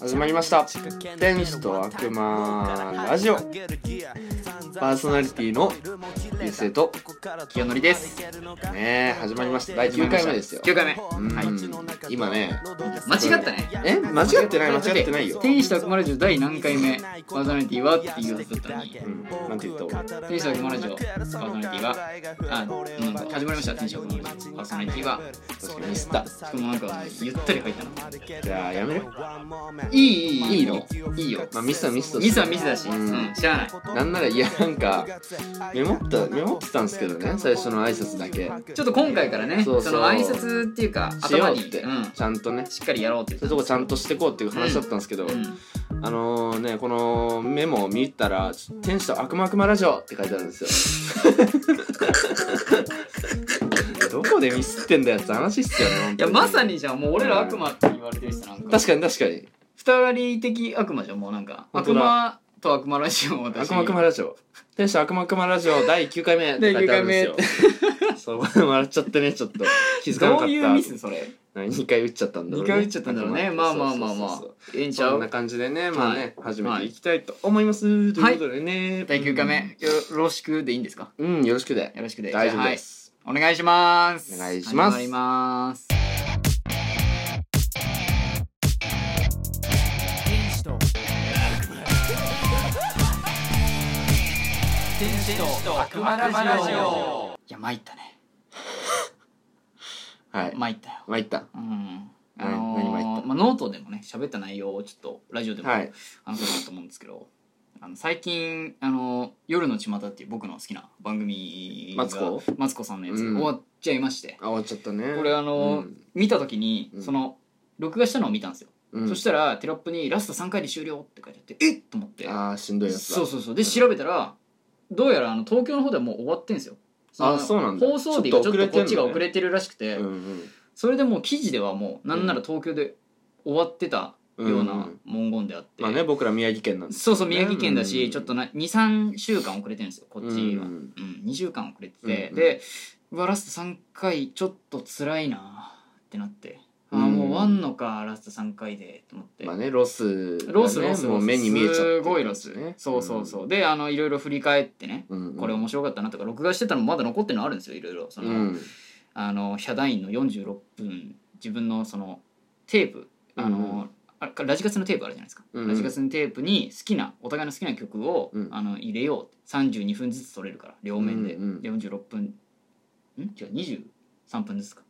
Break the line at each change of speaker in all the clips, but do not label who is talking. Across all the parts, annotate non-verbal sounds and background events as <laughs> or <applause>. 始まりました「天使と悪魔ラジオ」パーソナリティのゆうせいと
清則です。
ねえ始まりました第9回目ですよ
9回目。
うん
はい
今ね
間違ったね。
え間違ってない間違ってないよ、
天使と悪魔ラジオ第何回目パーソナリティはっていうはずだったのに
う、ん、なんて言った俺
天使と悪魔ラジオパーソナリティは、あ、うん、始まりました。天使と悪魔ラジオパーソナリティは、
確かにミスった
しかもなんか、ゆったり入ったな。
じゃあやめる
いい、いい、
いいの
いいよ。
まあミスはミスと
ミ
し
ス
て
はミスだし、
う
うんん、しゃあない。
なんならいやなんかメモったメモってたんですけどね最初の挨拶だけ
ちょっと今回からね、
そう
そ
そう
の挨拶っていうか、
しよ
頭
う
に、
って、
うん、
ちゃんとね
しっかりやろうっていう
そういうとこちゃんとしてこうっていう話だったんですけど、
うん
あのーねこのメモを見たら「天使と悪魔悪魔ラジオ」って書いてあるんです
<laughs>
よどこでミスってんだよって話っすよね本
い
当
や、
に
まさにじゃあ、もう俺ら悪魔って言われてるしさ、なんか。
確かに確かに
二人的悪魔じゃんもうなんか
本当
悪
だ
魔と悪魔ラジオを私
悪魔悪魔ラジオ天使と悪魔悪魔ラジオ第9回目って書いてあるん
<laughs>
ですよ
第
そこで笑っちゃってねちょっと気づかなかった
どういうミスそれ
何2回打っちゃったんだろう
二
ね
回打っちゃったんだろうねまあまあま
そ
あま
うそうそう
あ
そう
ええんちゃ
そんな
う
感じでねまあね、始めていきたいと思います、ということでね
第9回目よろしくでいいんですか
うんよろしくで
よろしくで
大丈夫です、
じゃあはいお願いします
お願いします
始まります
悪魔ラジオ
いや参ったね
はい。
参ったよ
まいった。
うんあ
何
の
何参っ
ー
た
まあノートでもね喋った内容をちょっとラジオでも
はい。
話そうかなと思うんですけどあの最近あの「夜の巷っていう僕の好きな番組が
マツコ
マツコさんのやつ
う
が
ん
終わっちゃいまして、
あ、終わっちゃったね。
これあの、見た時に、
うん
その録画したのを見たんですよ、
うん、
そしたらテロップに「ラスト3回で終了」って書いてあってえっと思って
ああ、しんどいやつだ。
そうそうそうで調べたらどうやらあの東京の方ではもう終わってんですよ
あそうなんだ
放送日が
ち
ち
ょ
ょ
っと遅
っと
れてんのね
こっちが遅れてるらしくて、
うん
それでもう記事ではもうなんなら東京で終わってた
うん。
ようんなん文言であって、
まあね、僕ら宮城県なんです。
そうそう宮城県だ
ね
し、
うん
ちょっとな23週間遅れてるんですよこっちは、う
うんん
2週間遅れてて、
うん
でうわラスト3回ちょっと辛いなってなって、あ
う
あ
ん
もう終わんのかラスト3回でと思って、
まあね、ロス、
ロスロス
もう目に見えちゃって
す
る
ごいロス、そうそうそう、。であのいろいろ振り返ってね
うんうん、
これ面白かったなとか録画してたのもまだ残ってるのあるんですよいろいろその、
うん。
あのヒャダインの46分自分のそのテープあの、
うんう
あラジカセのテープあるじゃないですか、
うんうん
ラジカセのテープに好きなお互いの好きな曲を、
うん
あの入れようって32分ずつ取れるから両面で、
うんうん
46分ん違う23分ずつか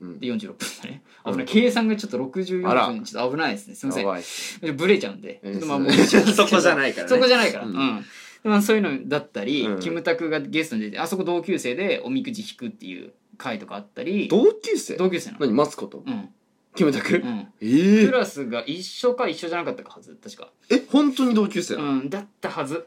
うん
で46分だね
うん
危ない計算がちょっと
あ
64
ら
分ちょっと危ないですねすいませ
や
ん
ばいっす
ブレちゃうんで、
えー
ちょっとまあ
そう
もうちょっと
そこじゃないからね
そこじゃないから、
う
うんんでまあ、そういうのだったり、
うん
キムタクがゲストに出てあそこ同級生でおみくじ引くっていう回とかあったり
同級生
同級生なの
何、マツコと
うん
キムタク
うん
ええ
ク。ラスが一緒か一緒じゃなかったかはず確か
え、本当に同級生なの
うんだったはず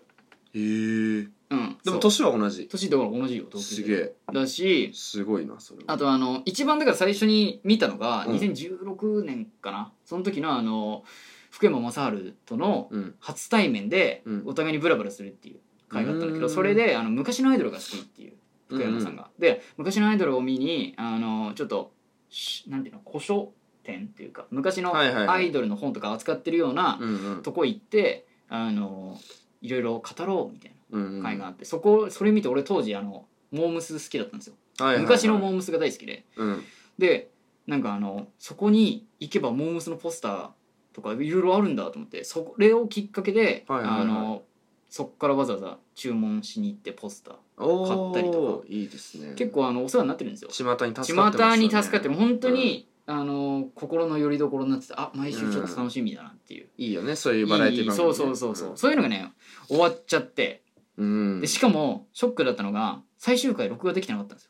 ええ。
うん
でも
そう
年は同じ。
年だから同じよ同級生
すげえ。
だし
すごいな、それは。
あとあの一番だから最初に見たのが
うん
2016年かな、その時のあの福山雅治との
うん。
初対面で
うん
お互いにブラブラするっていう回があったんだけ
うー
ど
ん
それであの昔のアイドルが好きっていう福山さんが、で昔のアイドルを見にあのちょっとしなんていうの古書店っていうか昔の
はいはいはい
アイドルの本とか扱ってるような
うんうん
とこ行ってあのいろいろ語ろうみたい
うんうん。
な回があってそこそれ見て俺当時あのモームス好きだったんですよ
はいはいはい
昔のモームスが大好きで
うん。
でなんかあのそこに行けばモームスのポスターとかいろいろあるんだと思ってそれをきっかけで、
はいはいはい
あのそこからわざわざ注文しに行ってポスター
おー
買ったりとか
いいですね
結構あのお世話になってるんですよ
巷に助かってますよ
巷
ね
に助かっても本当に、あの心の拠り所になっててあ毎週ちょっと楽しみだなっていう、
いいよねそうい
いう
バラエティ番組
そうそうそうそう、そういうのがね終わっちゃって
うん
でしかもショックだったのが最終回録画できてなかったんです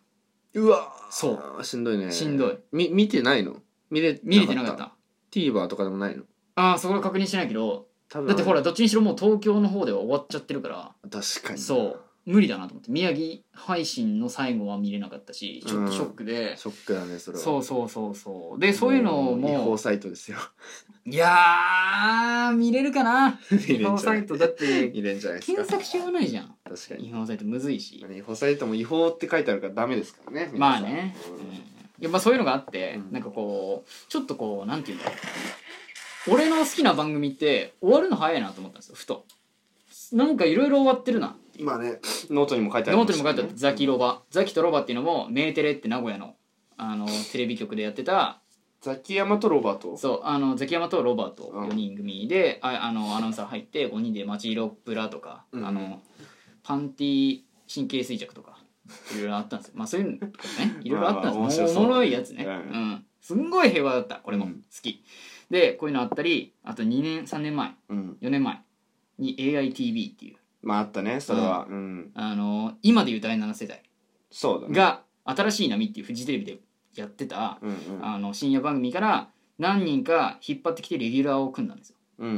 よ
うわー
そ
しんどいね
しんどい
み見てないの見れ
見れてなかった
TVer とかでもないの
ああそこは確認してないけど
多
だってほらどっちにしろもう東京の方では終わっちゃってるから
確かに
そう無理だなと思って宮城配信の最後は見れなかったしちょっとショックで、
ショックだねそれは
そうそうそうそうでそういうの
違
も
法サイトですよ
<laughs> いやー見れるかな
見れ
違
ん
法
じゃ
サ
な
イ
い
トだって
見れんじゃないですか
検索しようがないじゃん
確か
違
に
法サイトむずいし
違法サイトも違法って書いてあるからダメですからね皆
まあ
さん
ね、
う
うんんやっぱそういうのがあって、
うん
なんかこうちょっとこうなんていうんだろう俺の好きな番組って終わるの早いなと思ったんですよふとなんかいろいろ終わってるな
まあねノートにも書いてあ
ノートにも書いてあったザキ
ロ
ロバザキとロバっていうのもメーテレって名古屋のあのテレビ局でやってた
ザキヤマとロバート
そうあのザキヤマとロバート
うん
4人組で、ああのアナウンサー入って5人で「街色プラ」とか、
うん
あのパンティ神経衰弱とかいろいろあったんですよまあそういうのとか
<laughs>
ねいろいろあったんで
まあ
す
まあ面白
もう
そう
おもろいやつね、
う
うんんすんごい平和だったこれも
う
好
ん
き、でこういうのあったりあと2年3年前
うん
4年前に AITV っていう
まああったねそれはうん
あの今でいう第7世代
そうだね
が「新しい波」っていうフジテレビでやってた、
うんうん
あの深夜番組から何人か引っ張ってきてレギュラーを組んだんですよ
うんう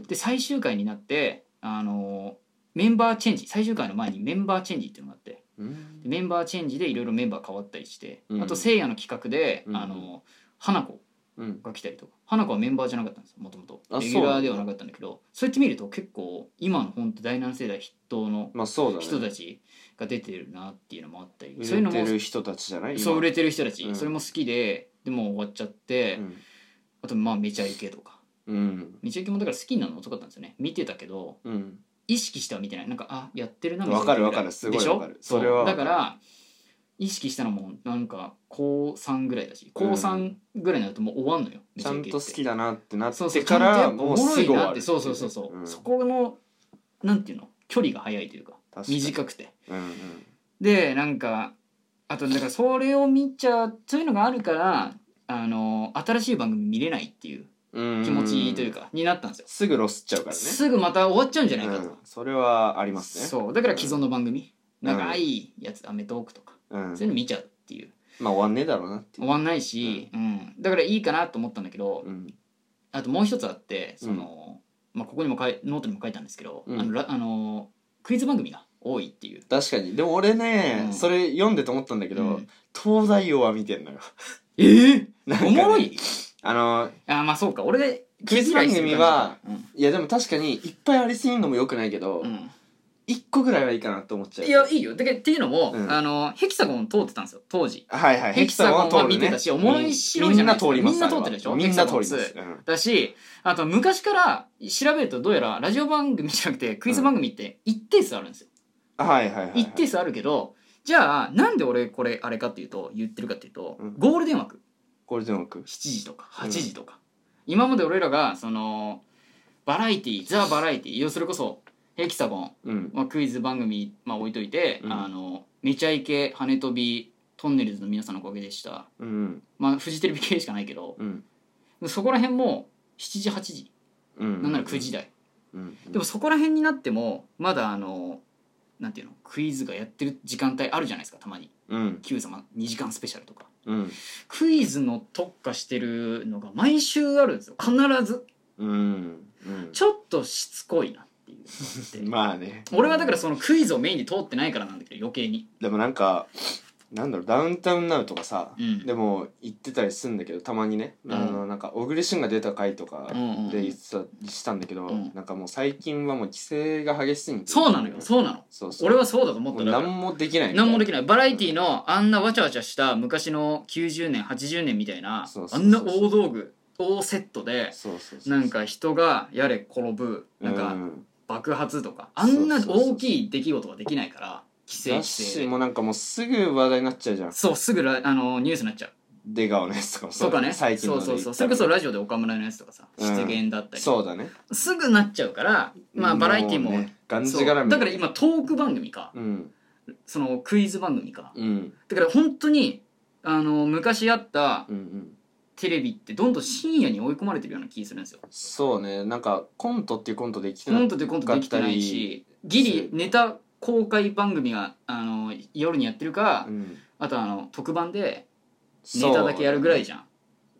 ん
で最終回になってあのメンバーチェンジ最終回の前にメンバーチェンジっていうのがあって
うん
でメンバーチェンジでいろいろメンバー変わったりして、
うん
あとせいやの企画で、
うん
あの花子
うん
が来たりとか花子はメンバーじゃなかったんですよもともと
あ
レギュラーではなかったんだけどそうやって見ると結構今の本当第7世代筆頭の
まあそうだね
人たちが出てるなっていうのもあったり、そういう
売
の
れて
も
る人たちじゃない
そう売
れ
れてる人たち、
うん
それも好きででも終わっちゃって、
うん
あとまあめちゃイケとか
うん
めちゃイケもだから好きになるの遅かったんですよね見てたけど
うん
意識しては見てないなんかあやってるな
わかるわかるすごい
でしょ
わかるそれは
うだから意識したのもなんか高3ぐらいだし高3ぐらいになるともう終わんのよ、め
ちゃん
イケ
と好きだなってなっ
そうそ
て
うちゃ
か
んとや
ら
っぱお
もう
もろ
すぐ
い
終
な
わ
って
る
そうそうそうそう、
ん
そこのなんていうの距離が早いというか
確かに
短くて
うんうん
でなんかあとだからそれを見ちゃうそういうのがあるからあの新しい番組見れないっていう
うん
気持ちというか、になったんですよ、
すぐロスっちゃうからね
すぐまた終わっちゃうんじゃないかと、
うんそれはありますね
そうだから既存の番組、
うん
長いやつ「アメトーーク」とか、
うん
そういうの見ちゃうっていう
まあ終わんねえだろうなってい
終
う
わんないし、うんだからいいかなと思ったんだけど、
うん
あともう一つあってその、まあ、ここにもかいノートにも書いたんですけど、
うん
あのらあのクイズ番組が多いっていう。
確かにでも俺ね、
うん
それ読んでと思ったんだけど、
うん
東大王は見てんのよ <laughs>
えー、
なんかね
おもろい
あの
あまあそうか俺で
クイズ番組は
聞き嫌いす
いやでも確かにいっぱいありすぎんのもよくないけど、
る感じが、うんうん
一個ぐらいはいいかなと思っちゃう
いやいいよだけどっていうのも、
うん
あのヘキサゴン通ってたんですよ当時
はいはい
ヘキサゴンは
ヘキ
見てたしおもろい白いじ
み
ゃ
ん
な
ない
です
通
か
ります
みんな通ってるでしょ
あれはみんな通りま
ヘキ
す
サ、だしあと昔から調べるとどうやらラジオ番組じゃなくてクイズ番組って一定数あるんですよ、
うんはいはいはい、はい、
一定数あるけどじゃあなんで俺これあれかっていうと言ってるかっていうと、
うん
ゴールデン枠
ゴールデンウォーク
7時とか
うん
8時とか、今まで俺らがそのバラエティザ・バラエティ要するこそヘキサゴン
うん
まあ、クイズ番組、まあ、置いといて、
うん
あのめちゃイケ跳ね飛びトンネルズの皆さんのおかげでした
うん
まあフジテレビ系しかないけど
うん
そこら辺も7時8時
うん
なんなら9時台、
うん
でもそこら辺になってもまだあのなんていうのクイズがやってる時間帯あるじゃないですかたまに
うん
「Q 様2時間スペシャル」とか
うん
クイズの特化してるのが毎週あるんですよ必ず
うんうん
ちょっとしつこいなっていうのがあって
<laughs> まあね
俺はだからそのクイズをメインに通ってないからなんだけど余計に
でもなんかなんだろうダウンタウンナウとかさ、
うん
でも行ってたりするんだけどたまにね、
うん
あのなんか小栗旬が出た回とか
うんうんうん
で言ってたりしたんだけど、
うん
なんかもう最近はもう規制が激しすぎて
そうなのよそうなの
そうそう
俺はそうだと思った
もう
だから
何もできない
何もで
き
きないバラエティのあんなわちゃわちゃした昔の90年80年みたいな
そうそ
あ
うんそう
な
そう
大道具大セットで
そうそうそう
なんか人がやれ転ぶなん
う
か
ん
爆発とかあんな
そうそうそう
大きい出来事ができないから規制
だ
規
し
制
もうなんかもうすぐ話題になっちゃうじゃん
そうすぐらあのニュースになっちゃう
出川のやつとかも
とかねそ
最
う
近の
そう
で言
そう
ったら
それこそラジオで岡村のやつとかさ
うん
出現だったり
そうだね
すぐなっちゃうからまあバラエティも
うねがん
そ
じ
う
がらみ
だから今トーク番組か
うん
そのクイズ番組か
うんうん
だから本当にあの昔あった
うん
テレビってどんどん深夜に追い込まれてるような気するんですよ。
そうねなんかコントっていうコントできて
コ
な
ントでコントできてないしギリネタ公開番組があの夜にやってるか、
うん
あとあの特番で
そう
ネタだけやるぐらいじゃん。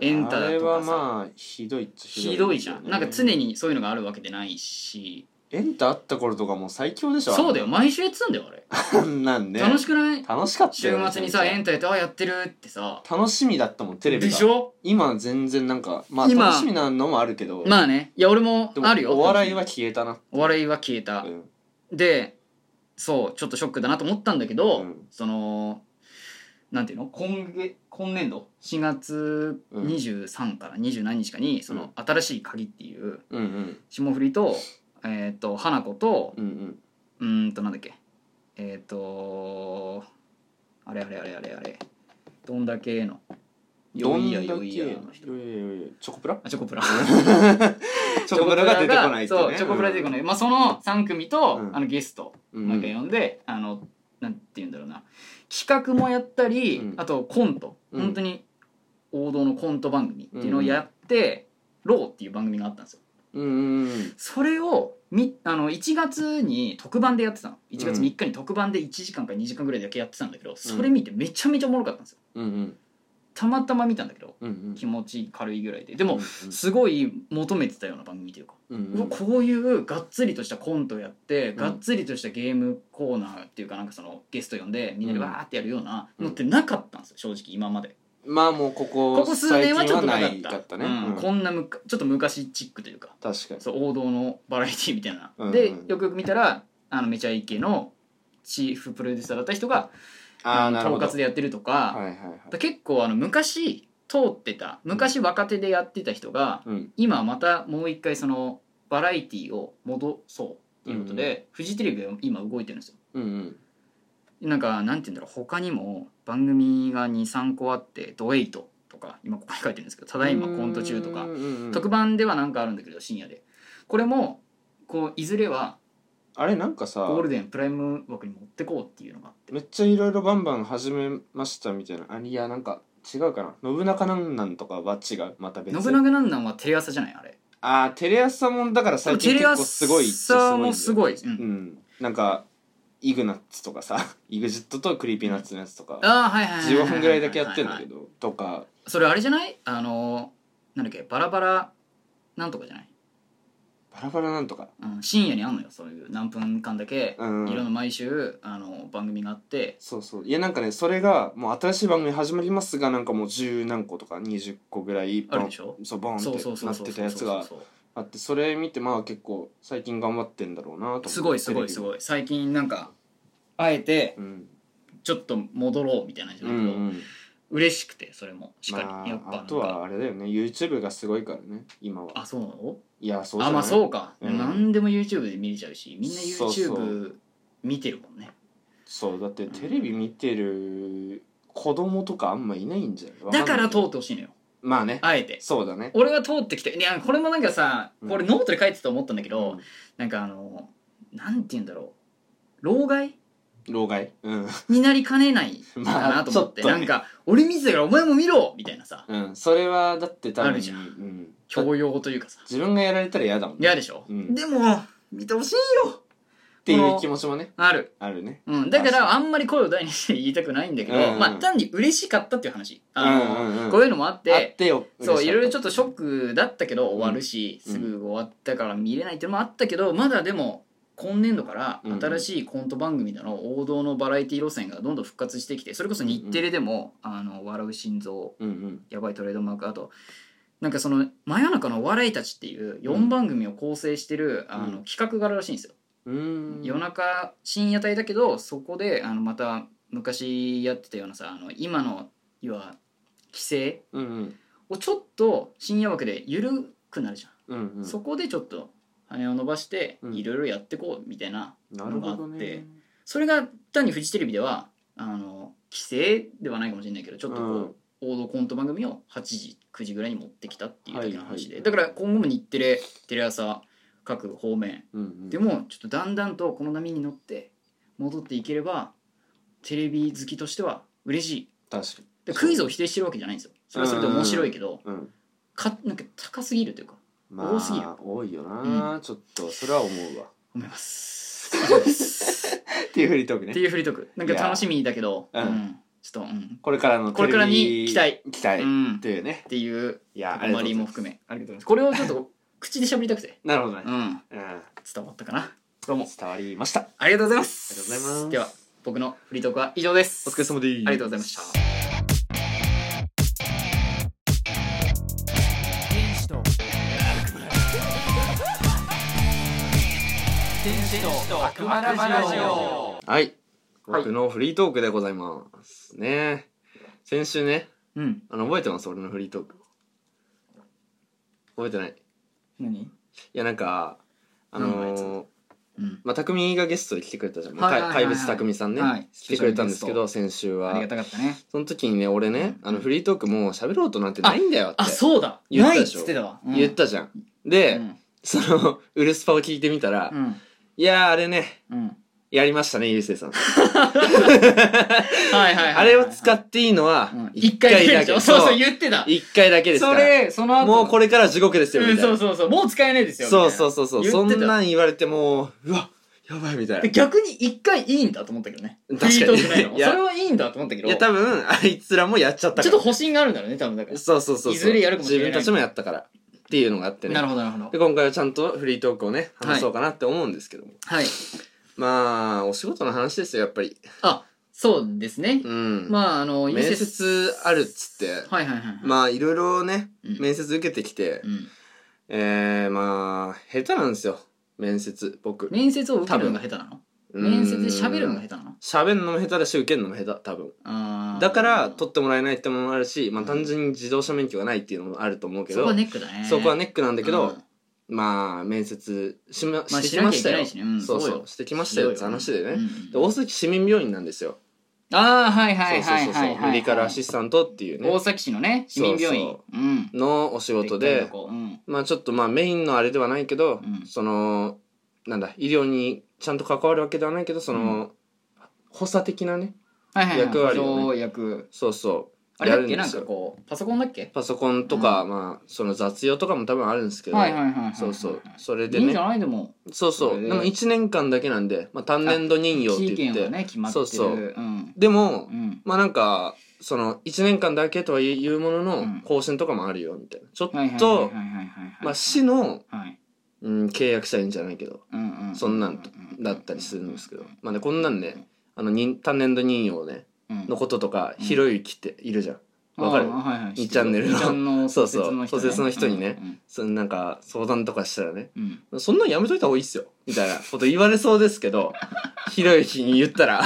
エンタ
あれ
だと
は
かさ、
まあひどいっちゃ
ひどいじゃ
よ
ん。
ね
なんか常にそういうのがあるわけでないし
エンタあった頃とかもう最強でしょ
そうだよ毎週やってたんだよあれ。
あんなんね
楽しくない
楽しかった
週
よ
末にさ
めちゃ
エ
め
ンタやってあやってるってさ
ちゃ楽しみだったもんテレビが
でしょ
今全然なんかまあ
今
楽しみなのもあるけど
まあねいや俺も
でも
あるよ
お笑いは消えたな
お笑いは消えた。
うん
でそうちょっとショックだなと思ったんだけど、
うん
そのなんていうの今月今年度4月
うん
23から20何日かにその新しい鍵っていう
うんうん
霜降りと,、えー、と花子と
うんうん
うーんとなんだっけえっ、とあれあれあれあれあれどんだけのよいやよいやの人
どんだけよいやよいやチョ
<laughs>
コプラ
あチョコプラ
<laughs> チョコプラが出てこないってね
そうチョコプラ出てこない、まあ、その3組と、
うん
あのゲスト
うん
なんか呼んで、あのなんて言うんだろうな企画もやったり、
うん
あとコント、
うん
本当に王道のコント番組っていうのをやって、ローっていう番組があったんですよ
うんうんうん
それをみあの1月に特番でやってたの1月3日に特番で1時間から2時間ぐらいだけやってたんだけど、それ見てめちゃめちゃおもろかったんですよ
うんうん
たまたま見たんだけど
うんうん
気持ち軽いぐらいででも、
う
すごい求めてたような番組というか
んうん
うわこういうがっつりとしたコントやって、
ん
がっつりとしたゲームコーナーっていうかなんかそのゲスト呼んでみんなで
うん
わーってやるようなのってなかったんですよ正直今まで
まあもうここ
ここ数年はちょっとな
最
か
近はないか
った
ったね、
うん
うん
こんなむかちょっと昔チックというか
確かに
そう王道のバラエティみたいな、
うん
でよくよく見たらあのめちゃイケのチーフプロデューサーだった人が
あ
あ
あ
の
なる
統
ほど
括でやってるとか,、
はいはいはい
結構あの昔通ってた昔若手でやってた人が
うん
今またもう一回そのバラエティを戻そうっていうことで、フジテレビが今動いてるんですよ
うんうん
なんかなんて言うんだろう他にも番組が23個あって「ドエイト」とか今ここに書いてるんですけど「ただいまコント中」とか
うんうんうん
特番ではなんかあるんだけど深夜でこれもこういずれは
あれなんかさ
ゴールデンプライム枠に持ってこうっていうのがあって
めっちゃいろいろバンバン始めましたみたいなあいやなんか違うかな信長なんなんとかは違うまた別
信長なんなんはテレ朝じゃないあれ
ああテレ朝もんだから
で
最
もテ
近
レ
結構すごいっちゃ
朝もす
い
ごい、うん
んだようんなんかイグナッツとかさイグジットとクリーピーナッツのやつとか
ああはいはいはいは
15
い
分ぐらいだけやってんだけ
ど
どとか
それあれじゃないあのなんだっけバラバラなんとかじゃない、
バラバラなんとか
うん、深夜にあんのよそういう何分間だけ、
うん
いろんな毎週あの番組があって
そうそういやなんかねそれがもう新しい番組始まりますがなんかもう十何個とか20個ぐらい
あるでしょ
ボンそうボンっ
そうそう
て
そ
な
う
っ
そう
て
そう
たやつが
そうそう
あってそれ見てまあ結構最近頑張ってんだろうなと思って
すごいすごいす
い、
ごい最近なんかあえて
うん
ちょっと戻ろうみたいな感じ
う
だ
ん
け
う
ど、
ん、
嬉しくてそれもしかり、
ま
やっぱ
あ
な
あ
ん
とは
か
あれだよね YouTube がすごいからね今は
あそうなの
いやそうじゃな
あ
い
まあそうか、
うん
何でも YouTube で見れちゃうしみんな
そうそう
YouTube 見てるもんね
そうだってテレビ見てる子供とかあんまいないんじゃないわんない
だから通ってほしいのよ
まあね
あえて
そうだね
俺は通ってきていやこれもなんかさ
うん
これノートで書いてたと思ったんだけど、
うん
なんかあのなんて言うんだろう老害
老害うん、
になりかねないか
<laughs> まあ
なと思って、
ちょっと
な
ね
んか俺見てたからお前も見ろみたいなさ
うん、それはだって多分
あるじゃん
うん、
教養というかさ
自分がやられたら嫌だもんね
嫌でしょ、
うん
でも見てほしいよ
っていう気持ちもね
ある
あるね
うん、だか
確
らあんまり声を大にして言いたくないんだけど、
うんうん
まあ単に嬉しかったっていう話あの、
うんうんうん
こういうのもあって
あってよ
そういろいろち
ょっ
ょっとショックだったけど終わるし、
うん
すぐ終わったから見れないっていうのもあったけどまだでも今年度から
うんうん
新しいコント番組だの王道のバラエティ路線がどんどん復活してきてそれこそ日テレでも「あの笑う心臓
とうんうん」
やばいトレードマークあとなんかその「真夜中のお笑いたち」っていう
う
4
ん
番組を構成してる、あ
う
の
ん
企画があるらしいんですよ。
うーん
夜中深夜帯だけどそこであのまた昔やってたようなさあの今の要は規制
うんうん
をちょっと深夜枠で緩くなるじゃん、
うんうん
そこでちょっと羽を伸ばして
うん
いろいろやってこうみたいな、
なるほど
のがあって
ね
それが単にフジテレビではあの規制ではないかもしれないけどちょっとこう、王道コント番組を8時9時ぐらいに持ってきたっていうだけの話
はい
で、
はい
だから今後も日テレテレ朝各方面
うんうん
でもちょっとだんだんとこの波に乗って戻っていければテレビ好きとしては嬉しい
確かに
でクイズを否定してるわけじゃないんですよそれはそれで面白いけど
うん
かなんか高すぎるというか
まあ
多すぎる
多いよな、ちょっとそれは思うわ
思います。 <laughs> っ
っていうフリートークね
ていうフリートークなんか楽しみだけど、
いや
う
うん
ん、ちょっと、うん、
これからの
これからに期待
期待っ
うん、って
いうね
ていう
いやあ
あ
りが
ま
とうござい
りも
ます
含めありがとうございますこれをちょっと口で喋りたくて、
なるほどね
う、ん、
うん
伝わったかなどうも
伝わりましたあ
ありがとうございま
り
す
がとうございます
では僕のフリートークは以上です
お疲れ様です
ありがとうございました
天使と天使と悪魔ラジオ
はい僕のフリートークでございますね先週ね
うん
あの覚えてます俺のフリートーク覚えてない
何
いやなんかあのー
ううん
まあ、匠がゲストで来てくれたじゃん、もう
はいはいはいはい
怪物匠さんね、
はい
来てくれたんですけど
ス
先週
ありが
は
たかったね
その時にね俺ねあのフリートークもう喋ろうとなんてないんだよって
あそうだ
言った
ない
で
っ
しょ
つってたわうん
言ったじゃん、で、
うん
そのウルスパを聞いてみたら、
うん
いやーあれね
うん
やりましたねゆうせいさん
はいはいはいはい
あれを使っていいのは
うん
一
一回だ
回
け
だ
でし
け
ょそうそう
一
言ってた
回だけですか
そ
ら
れその後
もうこれから地獄ですよ
う
み
ん
たい
そう
な
そうそうもう使えないですよ
そうそう
そ
そうそう
言
そ
ってた
んなん言われてもううわやばいみたいな
逆に一回いいんだと思ったけどね
確かに
フリートークないの
いや
それはいいんだと思ったけど
いや多分あいつらもやっちゃった
ち
か
ょっと
ら
保身があるんだろうね多分だから
そうそうそうそう
いずれやるかもしれない
自分たちもやったからっていうのがあってね
なるほどなるほど
で今回はちゃんとフリートークをね
はい
話そうかなって思うんですけども、
はい
まあお仕事の話ですよやっぱり
あそうですね
うん、
まああの
面
面接
接あるっつって
はいはいはいはい
まあいろいろね
うん
面接受けてきて、
うん
えー、まあ下手なんですよ面接僕
面接を受けるのが下手なの面接で喋るのが
下手
下手なの
喋るのも下手だし受けるのも下手多分
あー
だから取ってもらえないってものもあるし、まあ、
うん
単純に自動車免許がないっていうのもあると思うけ
そ
ど
こはネックだね
そこはネックなんだけど、
うん
まあ面接し,、ま
まあ
してきました
しな
よ
きゃいけないしねうん
そう
そう
そう
よ
してきましたよって話でね、
うん
で大崎市民病院なんですよ、
ああはいはいはい
そうそうそ
は
う
い
そう
はい
メディカルアシスタントっていう
大
ね
崎市のね市民病院
そう
うん
のお仕事
でっかい
で
とこうん
まあちょっとまあメインのあれではないけど、
うん
そのなんだ医療にちゃんと関わるわけではないけどその、補佐的なね
はいはいはい
役割をね
条約
そうそう
あれだっ
やるんで
けなん
すよ
かこうパソコンだっけ
パソコンとか、まあその雑用とかも多分あるんですけど、
はいはいはいはいはい
そうそうそれで
いいん
ね
じゃないでも
そうそう
それ
で
で
も1年間だけなんで、まあ、単年度任用っ
地
て
域
言っ
圏
て、
はね決まってる
そうそうんでも
うん
まあなんかその1年間だけとは言うものの、
うん
更新とかもあるよみたいなちょっと、
はいはいはいはいはいはい
まあ、市の、
はい
うん、契約社員じゃないけど
うんう
そんなんと
う
だったりするんですけど
う
まあねこんなんねあのに単年度任用ね
うん
のこととか
うん
ひろゆきっているじゃんわかる
あーはいはい
二チャンネルの
二チャン
<laughs>
の
そうそう
人ね
創設の人にね
うん
そのなんか相談とかしたらね
うんうん
そんなんやめといた方がいいっすよみたいなこと言われそうですけ
<laughs>
どひろゆきに言ったら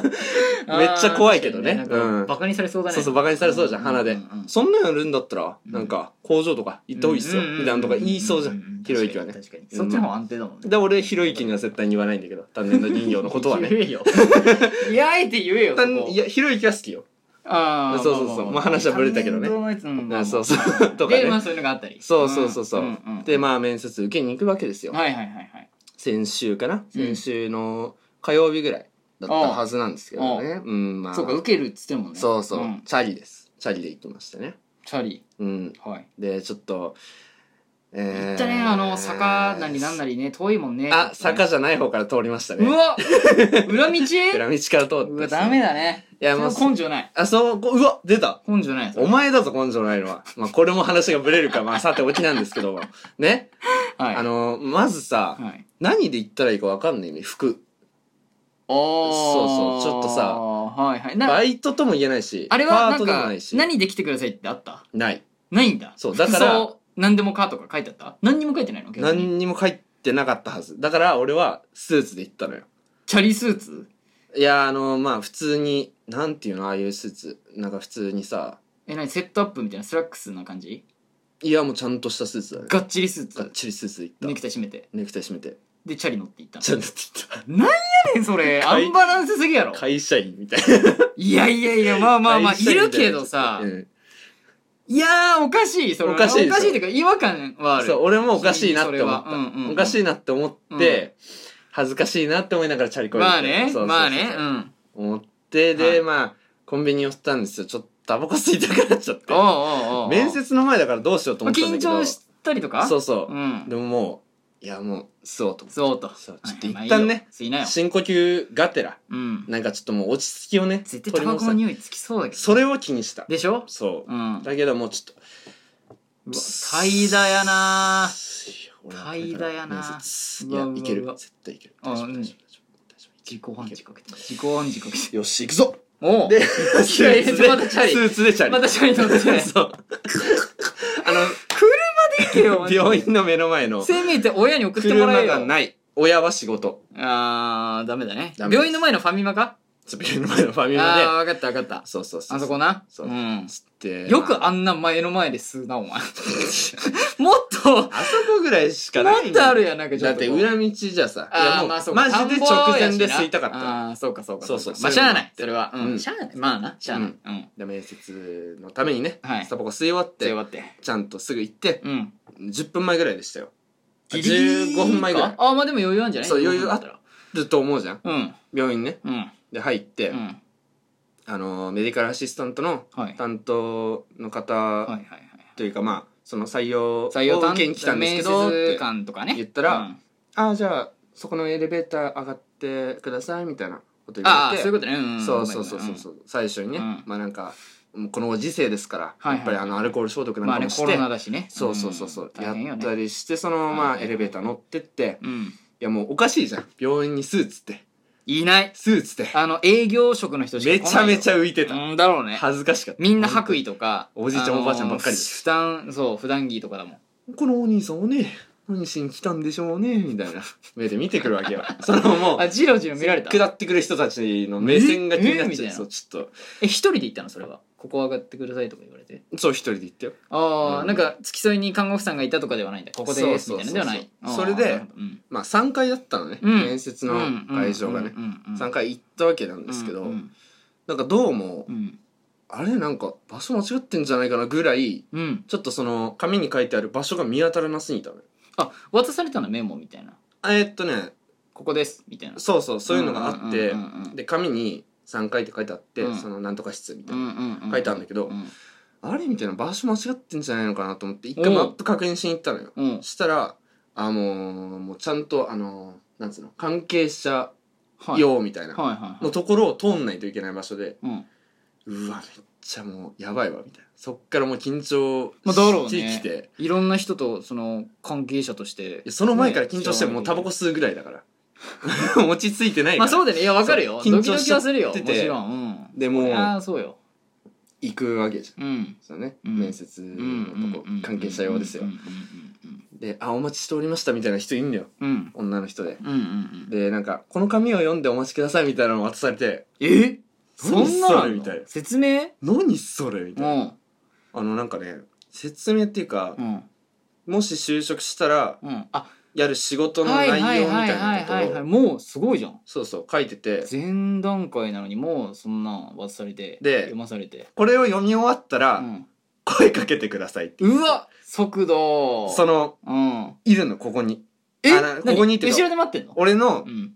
めっちゃ怖いけどね
あー確かになんか
うん
バカにされそうだね
そうそうバカにされそうじゃん鼻でそんなんやるんだったら
うん
なんか工場とか行った方がいいっすよみたいなのとか言いそうじゃんひろゆきはね
確かにそっちの方が安定だもんね
で俺ひろゆきには絶対に言わないんだけど単年度任用のこと <laughs> はね
言えよ
<laughs>
いやあえて言えよそ
単
こ
いやひろゆきは好きよ
あー
そうそうそう
まあまあ
まあ話はぶれたけどね
単年度のやつうんまあまあ
あそうそう <laughs> とかね
でまあそういうのがあったり
そうそうそうそう、
んんん
でまあ面接受けに行くわけですよ、
はいはいはいはい
先週かな
うん
先週の火曜日ぐらいだったはずなんですけどねうんまあ
そうか受けるっつってんもんね
そうそうんチャリですチャリで行きましたね
チャリ
うん
はい
でちょっとえー
行ったねあの坂なりなんなりね遠いもんね
あ坂じゃない方から通りましたね
うわ裏道
<laughs> 裏道から通って
うわダメだね
いやもう
それは根性ない
あそうこうわ出た
根性ないです
お前だぞ根性ないのはまあこれも話がぶれるかまあさておきなんですけどね、
はい
あのまずさ、
はい
何で行ったらいいか分かんないね服
お
そうそうちょっとさ
はいはいな
バイトとも言えないし
あれは
パ
な
ー
ん
トでも
か
ないし
何で来てくださいってあった
ない
ないんだ
そうだから
服装何でもかとか書いてあった何にも書いてないの逆に
何にも書いてなかったはずだから俺はスーツで行ったのよ
チャリスーツ
いやあのまあ普通になんていうのああいうスーツなんか普通にさ
え何セットアップみたいなスラックスな感じ
いやもうちゃんとしたスーツだね
がっちりスー
がっ
ツ
ちりスーツで行った
ネクタイ締めて
ネクタイ締めて
でチャリ乗っていったの
ちゃんと行っ
何 <laughs> それア
会
ンバランスすぎやろ
た会社員みたいない
やいやいやまあまあまあい
会社員み
る
たな
けどさ
うん
いやーおかしいそれは
おかしいでしょ
おかしいっていうか違和感はある
そう俺もおかしいなって思っ
それはうんうんう
た
ん
おかしいなって思って恥ずかしいなって思いながらチャリこいで
まあね
そうそうそう
まあねうん
思って
は
で
い
まあコンビニ寄ったんですよちょっとタバコ吸いたくなっちゃって
おうおうおうおう
面接の前だからどうしようと
まあ
思ったんだ
緊
けど
張したりとか
そううそう、
ん
でももういやもう吸おうと思って
そうと
そうちょっと
はいまあ
一旦ね
いいよ吸いなよ
深呼吸がてら
うん
なんかちょっともう落ち着きをね
絶対タバコの
取り戻し
匂いつきそうだ
た
けど
それを気にした
でしょ
そう、
うん
だけどもうちょっと
うわ怠惰やな
俺は
怠惰やな
面接いう
わ
や
うわ
いける
うわ
絶対いける
あ
大丈夫大
うん
丈夫大丈夫
自己暗示
い
かけて自己暗示かけて
けるよし行くぞ
おう
で
いやいやまたチャリ
スーツでチャリ
またチャリ乗って <laughs>
そうあの <laughs>
病
病院の目の前の
せめて親に送ってもら
車
えよ
がない親は仕事
あーダメだね
ダメです
病院の前のファミマか
そうビルの前のファミ
あ
マで
あ分かった分かった
そうそうそう
あそこな
そう
うん
つって
よく
あ
あんな前の前で吸うなお前 <laughs> もっと
<laughs> あそこぐらいしかな
も
い
っ
ん
とあ
だ
るやんなんかちょ
だ
っ
っ
と
て裏道じゃさいや
あ
もう
ーまあそう
マ
か
ジで直前で吸いたかった
ああーそうかそうか
そう
か
そう
まあしゃあない
そ
そ
い
うれ
う
は
う
うんんしゃあないまあなしゃあないうん
で面接のためにね、
はい
タバコ吸い終わっ
強
て
わって
ちゃんとすぐ行って
うん
10分前ぐらいでしたよ
ギリギリ
15分前ぐらい
ああまあでも余裕あんじゃない
そう余裕あっ
15分だ
ると思うじゃん
たらうん
病院ね
うん
で入って、
うん
あのメディカルアシスタントの
はい
担当の
はいは
方
いはい
というか、まあその採用
採用
を
担
受けに来たんですけどっ
面接
て
官とかね
言ったら
うん
ああじゃあそこのエレベーター上がってくださいみたいなこと言
あ
わ
あ
れて
そういうことねうんん
そうそうそうそうそうう最初にね、
うん
まあなんかもうこのご時世ですから、
はいはい
やっぱりあのアルコール消毒
ごめんごめ
なんか
んうんまあね
もし
コ
て、
ロナだしね
そうそうそうそう、
ん大変
や
よ
った
ね
りしてそのま
は
ま
いはい
エレベーター乗ってって、い
うん
やもうおかしいじゃん病院にスーツって
いない
スーツって
あの営業職の人しか
めちゃめち
ゃ
ゃ浮いてた、
うんだろうね
恥ずかしかった
みんな白衣とか
おじいちゃん
のー
おばあちゃんばっかりです
普段そう普段着とかだもん
このお兄さんをね何しに来たんでしょうねみたいな目で見てくるわけ
<laughs>
よそのも
あ
う
ジロジロ見られた
下ってくる人たちの目線が気になっ
ええみ
ち
たい
ゃう
な
そうちょっ
え一人で行ったのそれはここ上がってくださいとか言われて
とそう一人で行ったよ
ああ、
うん
なんか付き添いに看護婦さんがいたとかではないんだここでーす
そ
み
う
た
そうそう
いな
ん
ではないあー
それで
なるほどうん
まあ3階だったのね、
うん
面接の会場がね、
うんうんうんうん
3階行ったわけなんですけど、
うんうん
なんかどうも
うん
あれなんか場所間違ってんじゃないかなぐらい
うん
ちょっとその紙に書いてある場所が見当たらなすぎたのよ
あ渡されたのメモみたいな
えーっとね
ここですみたいな
そうそうそういうのがあって、
うんうんうんうん
で紙に3階って書いてあって、
うん
そのなんとか室みた
う
いな、
んうんう
書いてあるんだけど
うん
あれみたいな場所間違ってんじゃないのかなと思って一回
おう
マップ確認しに行ったのよ
うん
したらあのーもうちゃんとあのーなんつうの関係者
はい
用みたいな、
はいはいは
の
い
ところを通んないといけない場所で
うん
うわめっちゃもうやばいわみたいなそっからもう緊張
まあだろうね
してきて、
いろんな人とその関係者として
その前から緊張して
ね
もうタバコ吸うぐらいだ <laughs> から落ち着いてないから、
まあそうだよねいやわかるよ
そう緊
ド
張
キド
し
キ
ちゃ
は
っ
するよ
て
も
て
ちろんうん
でもう
ああそうよ
行くわけじゃん
うん
そうね、
うん
面接のとこ関係者用
用
ですよ、
うんうん
で「あお待ちしておりました」みたいな人いんのよ
うんうん
女の人で
うんうんうんうん
でなんか「この紙を読んでお待ちください」みたいなのを渡されて
えそ
何
んなのあ
それ
ん
みたい
の
な
説明
「何それ」みた
う
いな、
ん
あのなんかね説明っていうか
う、ん
もし就職したら
うんあ
やる仕事の
はい
内容
は
みた
いはいはい
い
は
ないこ
はい
とを
もうすごいじゃん
そうそう書いてて
前段階なのにもうそんな渡されて
で
読まされて
これを読み終わった
う
ら
ん
声かけてくださいって
うわ速度
その
うん
いるのここに
え
あな
何
ここにってか
後ろで待ってんの
俺の
うん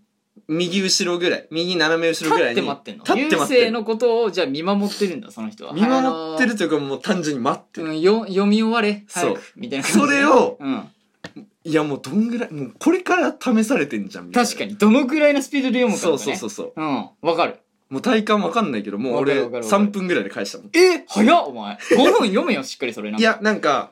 右後ろぐらい右斜め後ろぐら
立っ
いに
て待ってんの
立って
郵
待って
政
る
のことをじゃあ見守ってるんだその人は
見守ってるというかもう単純に待って
う
る
ん、よ読み終われ
そう
早くみたいな感じ
そ
で
れ、を
うん、
いやもうどんぐらいもうこれから試されてんじゃんみたいな
確かにどのくらいのスピードで読むか
そ
と
う
か、
そう
ね、
そう
そう
うそう
そううんわかる
もう体感わかんないけどもう
わかる
俺
わかるわかる
3分ぐらいで返したもん
え早っお前5分読めよしっかりそれなんか
いやなんか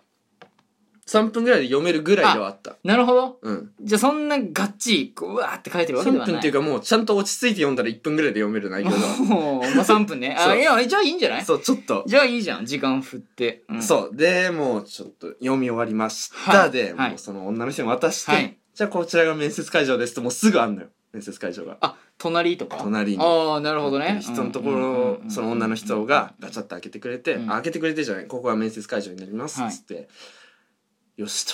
3分ぐらいで読めるぐらいではあった
なるほど
うん
じゃあそんなガッチこううわーって書いてるわけ
3
ではない
分っていうかもうちゃんと落ち着いて読んだら1分ぐらいで読める内容
<laughs>
が
もう、まあ、3分ね
そ
あ
う
いやじゃあいいんじゃない
そうちょっと
じゃあいいじゃん時間振って、うん
そうでもうちょっと読み終わりました、
はい
で、
はい
もうその女の人に渡して、
はい
じゃあこちらが面接会場ですともうすぐあんのよ面接会場が
あ隣とか
隣に
ああなるほどね
人のとこ
うんうんうん
ろ
うんうん
その女の人がガチャッと開けてくれて、
うん
あ開けてくれてじゃないここは面接会場になります
はい
っつって、よしと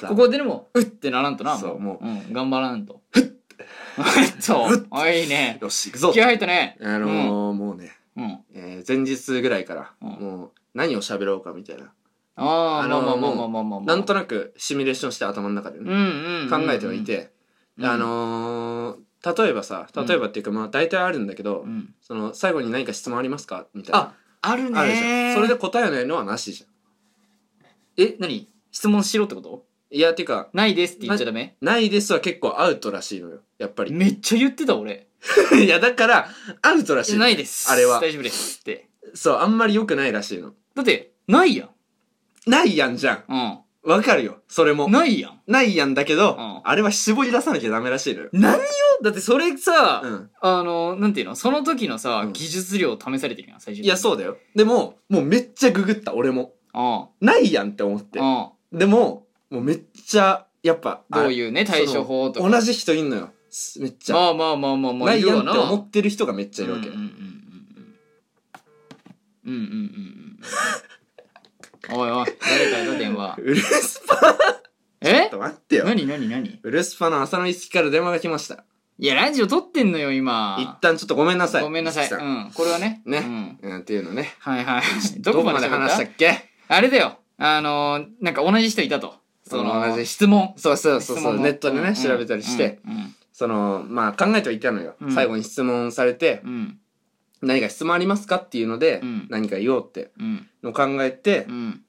さあ
<laughs> ここででもうってならんとな
そうもう
うん、頑張らんとふ <laughs> っと
ふっ
あいいね
よし行くぞ
気合入ったね
あのーもうね、
うん、うん、
えー前日ぐらいから、
うん
もう何を喋ろうかみたいな、
あ
あ
あ
の
まあ
ー
まあま
も
あまあ
う
まあまあ
なんとなくシミュレーションして頭の中でね、
うんうんうんうん
考えてはいて、
うん
あのー例えばさ例えばっていうかまあ大体あるんだけど、
うん
その最後に何か質問ありますかみたいな
ああるね
あるじゃんそれで答えないのはなしじゃ
え何質問しろってこと
んいやっていうか
ないですって言っちゃダメ
ないですは結構アウトらしいのよやっぱり
めっちゃ言ってた俺
<laughs> いやだからアウトらし
え
い
ないです
あれは
大丈夫ですって
そうあんまり良くないらしいの
だってないやん
ないやんじゃ
うん
わかるよそれも
ないやん
ないやんだけど、
ん
あれは絞り出さなきゃダメらしいのよ
何よだってそれさ、
うん
あのなんていうのその時のさ、
うん
技術量試されてるやん最初
いや
う
そうだよでももうめっちゃググった俺も
あ
ないやんって思って
あ
でももうめっちゃやっぱ
どう
う
いうね対処法とか
同じ人いんのよめっちゃ
まあまあまあまあまあ
ないい
る
やんっ
わ
て
な
思ってる人がめっちゃいるわけ、 <laughs>
うんうんうんうんうんうんうんうんうんおいおい誰かの電
<laughs>
話
ウルスパちょ
え
っと待ってよ
何何何
ウルスパの浅野一樹から電話が来ました
いやラジオ撮ってんのよ今
一旦ちょっとごめんなさい
ごめんなさい
一樹
う
さん
んこれはね
ね
うん
うん、っていうのね
はいはいど
ど
こ
こ
ま
ま
で
で
話
話
し
したた
っ
っ
け
け
あれだよあのーなんか同じ人いたとその
同じ
質問
そうそうそうそ
質問
う
の
ネットで
うん
ね調べたりして、
うん
そのまあ考えてはいたのよ、
うん
最後に質問されて
うん
何か質問ありますかっていうので、
うん
何か言おうって
うん
の考えて、
うん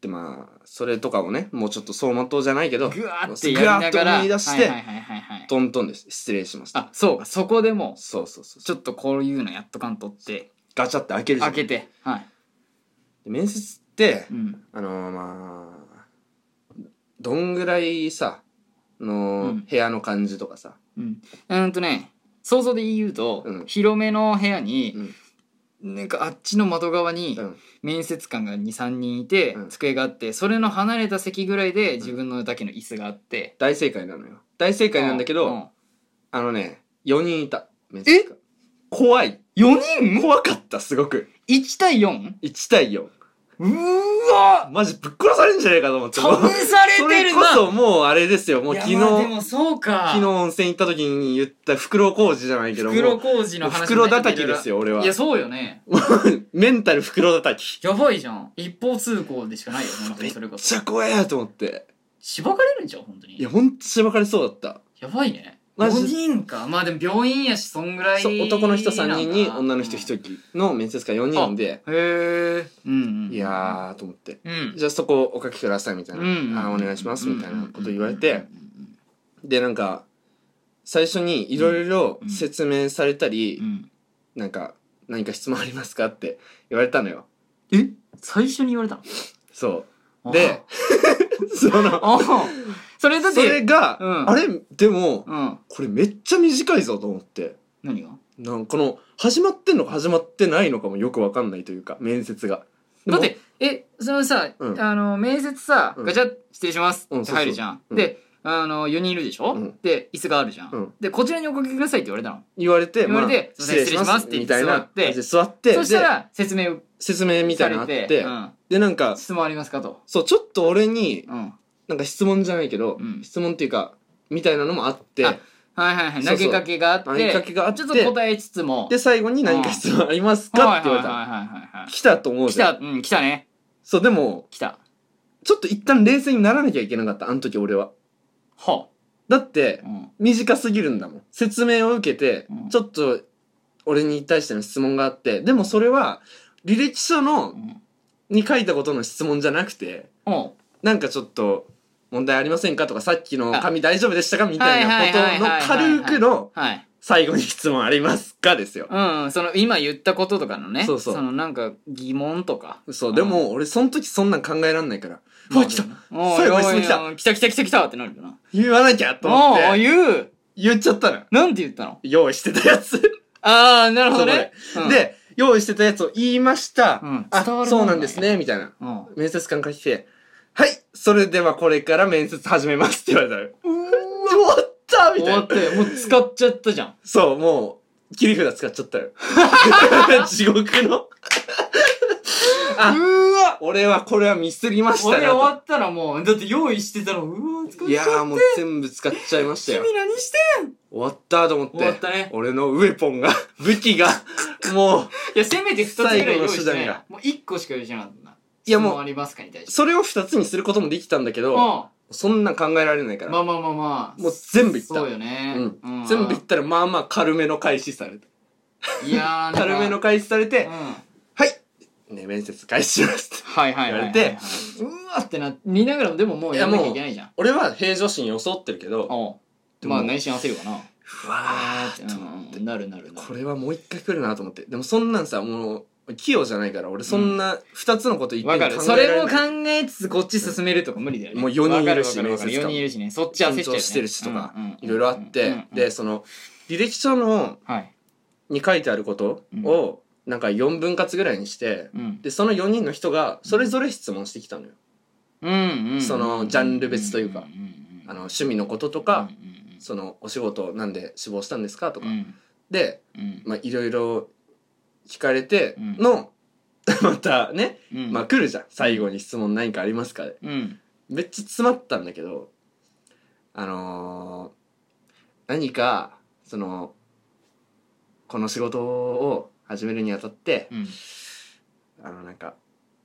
でまあそれとかをねもうちょっと走馬灯じゃないけど
ぐわーってやりなが
ぐわー
ら
って思い出して
はいはいはいはいはい
トントンです失礼しました
あそうかそこでも
そうそうそう
うちょっとこういうのやっとかんとって
ガチャって開けるじゃ
開
ん
けてはい
で面接って、
うん
あのーまあどんぐらいさの、
うん
部屋の感じとかさ、
うんうーんとね想像で言うと、
うん
広めの部屋に、なんかあっちの窓側に
うん
面接官が23人いて、
うん
机があってそれの離れた席ぐらいで自分のだけの椅子があって、
大正解なのよ大正解なんだけど、あのね4人いた面接官怖い
4人
怖かったすごく
?1 対 4?
1対4
うーわ
マジぶっ殺されんじゃねえかと思って
飛
も
ぶ
う
され
そ
て
れ
る
こ
な
そもうあれですよもう昨
い
日
やまあでもそうか
昨日温泉行った時に言った袋小路じゃないけども
袋小路の話
袋叩きですよ俺はい
やそうよね
メンタル袋叩き
やばいじゃん一方通行でしかないよ本当にそれこ
めっ
そ
ちゃ怖えと思って
しばかれるんじゃん本当に
いやほんとしばかれそうだった
やばいね
マ
5
ジ
人かまあでも病院やしそんぐらい
そう男の人3人に女の人1
へ
人の面接官4人で
えうんうん
いやーと思って
うん
じゃあそこお書きくださいみたいな
うん
あーお願いしますみたいなこと言われ
うん
てでなんか最初にいろいろ
うん
説明されたり
うんうん
なんか何か質問ありますかって言われたのよ
え最初に言われた
そう
の
で <laughs> その
ああ <laughs> それだっ
それ
て
が、
うん
あれでも
うん
これめっちゃ短いぞと思って
何が
なんこの始まってんのか始まってないのかもよくわかんないというか面接がでも
だってえそのさ、
うん
あの面接さ、
うん
ガチャ失礼します
うん
って入るじゃん、
そうそう
であの4人いるでしょ、
うん
で椅子があるじゃん、
うん
でこちらにおかけくださいって言われたの
言われて
言われて
まあ
すいません失礼します
みたいな
って
で座って
そした
で
ら説明を
説明みたいなのあって
うん、
でなんか
質問ありますかと、
そうちょっと俺に
うん、
なんか質問じゃないけど、
うん
質問っていうかみたいなのもあって
あはいはいはい
そ
投
うそ
げ
う
かけがあって
投げかけがあって
ちょっと答えつつも
で最後に何か質問ありますかって言われた、
はいはいはいはいはい
来たと思う
来
じゃん
たうん来たね
そうでも
来た
ちょっと一旦冷静にならなきゃいけなかったあの時俺は
は
だって、
あ、うん
短すぎるんだもん説明を受けて、
うん
ちょっと俺に対しての質問があってでもそれは履歴書の
うん
に書いたことの質問じゃなくて
おう
なんかちょっと問題ありませんかとかさっきの紙大丈夫でしたかみたい
はい
な
はいはいはい
ことの軽くの
はい
最後に質問ありますかですよ
うんうんその今言ったこととかのね
そうそう
のなんか疑問とか
そうでも俺その時そんなん考えらんないから「うわ来た
おい
最後に質問来た
おいおい来た来た来た来たってなるよな。
言わなきゃ!」と思
お
っ
お
て
言う
言っちゃったの
なんて言ったの
用意してたやつ
ああ、なるほどね。
そうこれ、で用意してたやつを言いました、
うん
あ
伝わるも
そう
んなんや
なんですねみたいな
うん、うん
面接官が来て、はい、それではこれから面接始めますって言われたの。終わったみ
終
たい
わ
な
っ。て、もう使っちゃったじゃん。
そう、もう、切り札使っちゃった
<laughs>
よ。地獄の。あ、
うわ
俺はこれはミスりました
俺終
なと
わったらもう、だって用意してたの、うわ使っ
い
ちゃ
や
っ
ー
た。
もう全部使っちゃいましたよ
君。何して
終わったと思って。
終わったね
俺のウェポンが、 <laughs> 武器
<laughs>
が、もう、
いや、せめて2つぐらい用意して
最後の手
な
段
い
が。
もう1個しか用意してなかったな。
いや
質問
も
あ
う、
りますかに対して。
それを二つにすることもできたんだけ
うん。
ど、
ま
そんなん考えられないか
あ
ら。
まあまあまあ。
もう全部言った
そうよね。
うん、全部言ったらまあまあ軽めの開始された
いやー、なんか
軽めの開始されて
うん。は
はい、ね、面接開始します。
いはいはいはい。
言われて
うわってな、見ながらもでももうやんなきゃいけないじゃん。
俺は平常心装ってるけど、
おう
でも
まあ内心焦るわな
ふわーっと、
うんなるなるな
こ
る
れはもう一回来るなと思って。でもそんなんさ、もう、器用じゃないから、俺そんな二つのこと言っ
わ
て
か
ら
る
考
そ
えら
れ
ない
も考えつつこっち進めるとか無理だよね
もう四人いるし
わかわかわか
面接官
四人いるしねそっち焦っちゃうよ
緊
ね
張してるしとか
うんうん
いろいろあっ
うんう
て
ん、
で、その、履歴書の、
はい
に書いてあることを、なんか4分割ぐらいにして、
うん
で、その4人の人が、それぞれ質問してきたのよ。
うんうんうん
そのジャンル別というか
んんんん
あの、趣味のこととか、
うんうんうん
そのお仕事なんで志望したんですかとか、
うん
で、
うん
まあ、いろいろ聞かれて
うん
の、 <laughs> またね、
うん
まあ来るじゃん最後に質問何かありますかで
うん
めっちゃ詰まったんだけどあのー何かそのこの仕事を始めるにあたって、
うん
あのなんか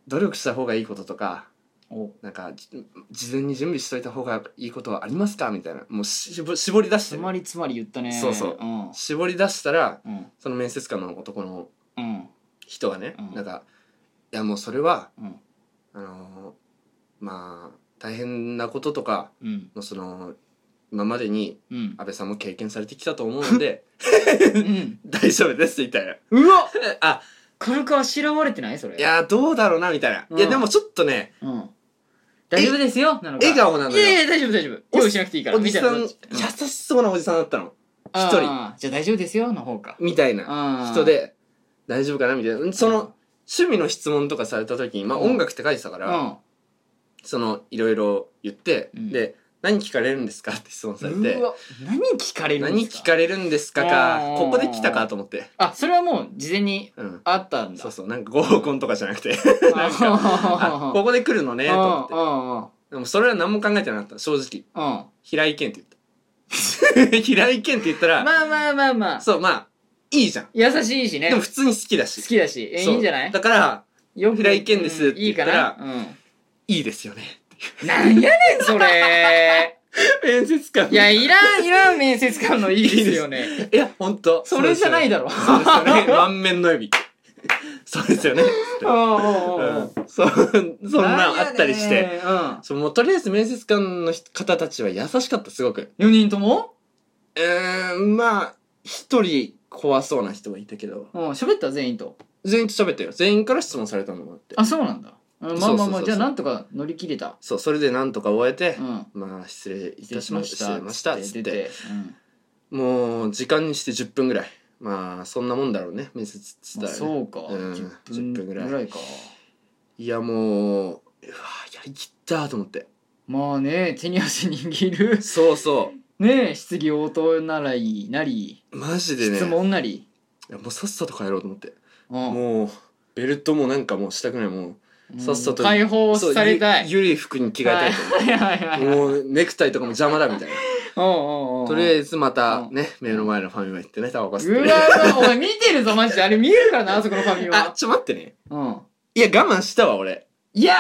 努力した方がいいこととか
お
なんかじ事前に準備しといた方がいいことはありますかみたいなもうししぼ絞り出して
つまりつまり言ったね
そうそう
うん
絞り出したら
うん
その面接官の男の
うん
人がね、
うん
なんかいやもうそれは
うん
あのーまあ大変なこととか
うん
もうその今までに
うん
安倍さんも経験されてきたと思うの
<laughs>
で
うん
大丈夫ですみたいな
うわ
<laughs> あ
軽くあしらわれてないそれ
いやどうだろうなみたいな、いや
うん
でもちょっとね
うん大丈夫ですよなのか
笑顔なの
いやい
よ
や大丈夫大丈夫用意しなくていいから
おじさん
み
優
たいな
しそうなおじさんだったの一人
あーじゃあ大丈夫ですよの方か
みたいな
あー
人で大丈夫かなみたいなその趣味の質問とかされた時にまあ
うん
音楽って書いてたか
う
ら、
ん
そのいろいろ言って、
うん
で何聞かれるんですかって質問されて
うわ何聞かれるん
何
です
聞
か
かれるんですか
う
か
ん
ここで来たかと思って
あそれはもう事前に
うん
あったんだ
そうそうなんか合コンとかじゃなくてなんかあここで来るのねと思って
う
でもそれは何も考えてなかった正直
んうんうんうん
平井堅って言った <laughs> 平井堅って言ったら、
まあまあまあまあ
そうまあいいじゃん
優しいしね
でも
好
普通に好きだし
きだしえい
そう
いんじゃない
だから
よく
平井堅ですっ
う
て
んい
言
い
っ
か
た
な
ら
う
いいですよ
<laughs>
ね
んなんやねんそれ
面接官
いやいらんいらん面接官のいいですよね
いやほんと
それじゃないだろ
そうですよね <laughs> 満面の指そうですよね
うんうんうんうん
うんそうそんなんあったりして、
なんやねんうん
そうもうとりあえず面接官の人方たちは優しかったすごく
4人とも
うーんまあ一人怖そうな人はいたけど
うん喋った全員と
全員と喋ったよ全員から質問されたんだもんだって
あそうなんだうんまあ
そうそ
ま
うそうそ
あ
う
まあじゃあなんとか乗り切れた
そうそれでなんとか終えて
う、ん
まあ失礼いたしました失礼しま
ま
し
したた
っつって
うん
もう時間にして10分ぐらいまあそんなもんだろうね面接っつっ
ま
た
あ
ら、ね
そうか
うん
10
10分
分ぐ
ぐ
ら
ら
い
い
か
いやもううわやりきったと思って
まあね手に汗握る <laughs>
そうそ
ね質疑応答ならいいなり
うマジでね
質問なり
いやもうさっさと帰ろうと思って
うん
もうベルトもなんかもうしたくないも
うん
さっさと
解放
うそう
されたい
ゆゆるい服に着替えたいと思って
はいはいはいはい
もうネクタイとかも邪魔だみたいな。
おうおうおう
とりあえずまた
うん
ね、目の前のファミマ行ってね、タバコ吸
うわ
っ
う
て。
わお前見てるぞマジであれ見えるからなあそこの髪
あ、
は
ちょ待ってね。
うん
いや、我慢したわ、俺。
いや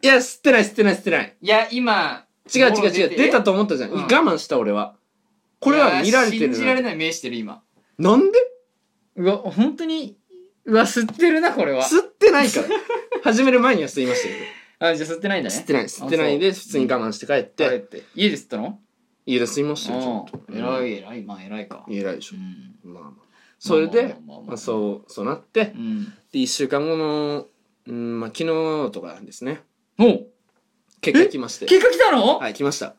いや、吸ってない、吸ってない、吸ってない。
いや今
違う違う違う。出た
と
と思ったじゃん。
うん
我慢した、俺は。これは見られてる
信じられ
な。
ない目してる今
なんで
うわ本当にうわ吸ってるなこれは
吸ってない
<laughs>
から。始める前には吸いましたけ
あじゃあ吸ってないんだ
ど。
ね
吸ってない、吸ってないで、
あそう
普通に我慢して帰っ
帰
て、
って家で吸ったの
家で吸いましたよ、ちょっ
う
と。
ん偉
い。
い偉いまあ偉いか
偉いでしょ
う。ん
まあまあ。それで、
まあまあまあまあ
まあそう、そうなって
う、ん
で、1週間後の、うん、まあ昨日とかですね。
お
結果来まして。
結果来たの
はい、来ました。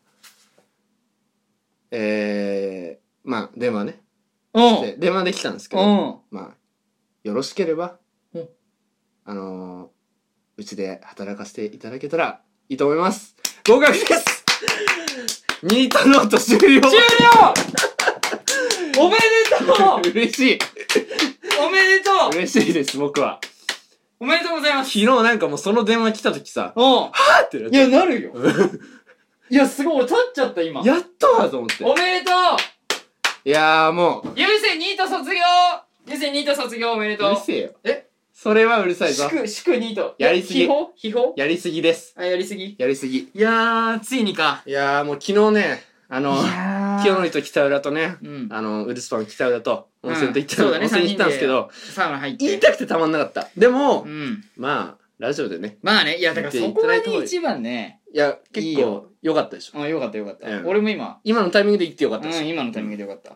えー、まあ、電話ね。
うん
で電話できたんですけ
う
ど、
ん
まあ、よろしければ
うん、
あのーうちで働かせていただけたらいいと思います。合格ですニートノート終了
終 <laughs> 了おめでと
<laughs>
う
嬉しい
おめでとう
嬉しいです、僕は。
おめでとうございま
昨
す
日なんかもうその電話来た時さ、
う
パーってなっ
んい
て
やなるよいやすごい俺立っちゃった今
やっとだと思って
お。めでと
いやーも
う優先ニート卒業優先ニート卒業おめで
う、
と
う
う
るせえよ。
え
それはうるさいぞ。
祝祝ニート
やりすぎ
秘宝秘宝
やりすぎです。
あやりすぎ
やりすぎ。
いやーついにか
いやーもう昨日ね、あの、清
や
則と北浦とね、
うん
あの、ウルスパン北浦と温泉と行った
うん
の、
そうだね
温泉行ったんですけど、
サウナ入って
言いたくてたまんなかった。でも、
うん
まあ、ラジオでね、
まあねいやだから
見て
そ
いた
こ
だ
が
いた方が
ね
いい
一番ね
いや、
い
結
いよ
構良かったでしょ。
うんよかったよかった、
うん
俺も今
今のタイミングで行って良かっ
う
たでしょ。
ん今のタイミングでよかった、
っ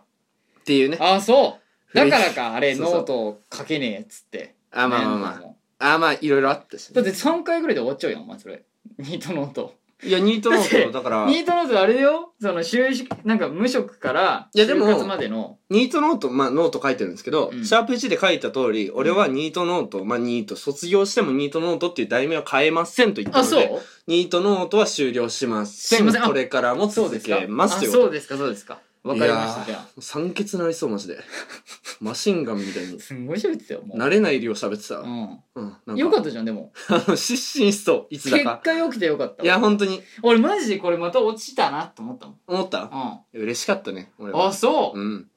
ていうね。
ああそうだからかあれ
そうそう
ノートを書けねえっつって
あ、まあまあま
悩んだ
あ。
の
あ、まあ、いろいろあったし、
だって3回ぐらいで終わっちゃうよお前それニートノート
いや、ニートノート、だから、
ニ
ニ
ートノートあれだよその就職なんか無職から
いやでも
就活までの
ートノート、まあ、ノート書いてるんですけど、
うん
シャープ1で書いた通り、俺はニートノート、まあ、ニート、卒業してもニートノートっていう題名は変えませんと言った
あ
の
そ
で、
う
ニートノートは終了しません。
しませんあ
これからも
そうで
続
すか
けます
あ
ということ
そうですかそうですかわ
い
かりま
や
したじゃあ
ー酸欠なりそうマジで <laughs> マシンガンみたいに
すんごい喋ってたよもう
慣れない量喋ってたわうんな
うんん、よか
か
ったじゃんでも
あの <laughs> 失神しそういつだ
結
か
果良くてよかった
いや本当に
俺マジでこれまた落ちたなと思ったもん、
思った
う
嬉しかったね俺
ん、あ
は
そう、
うん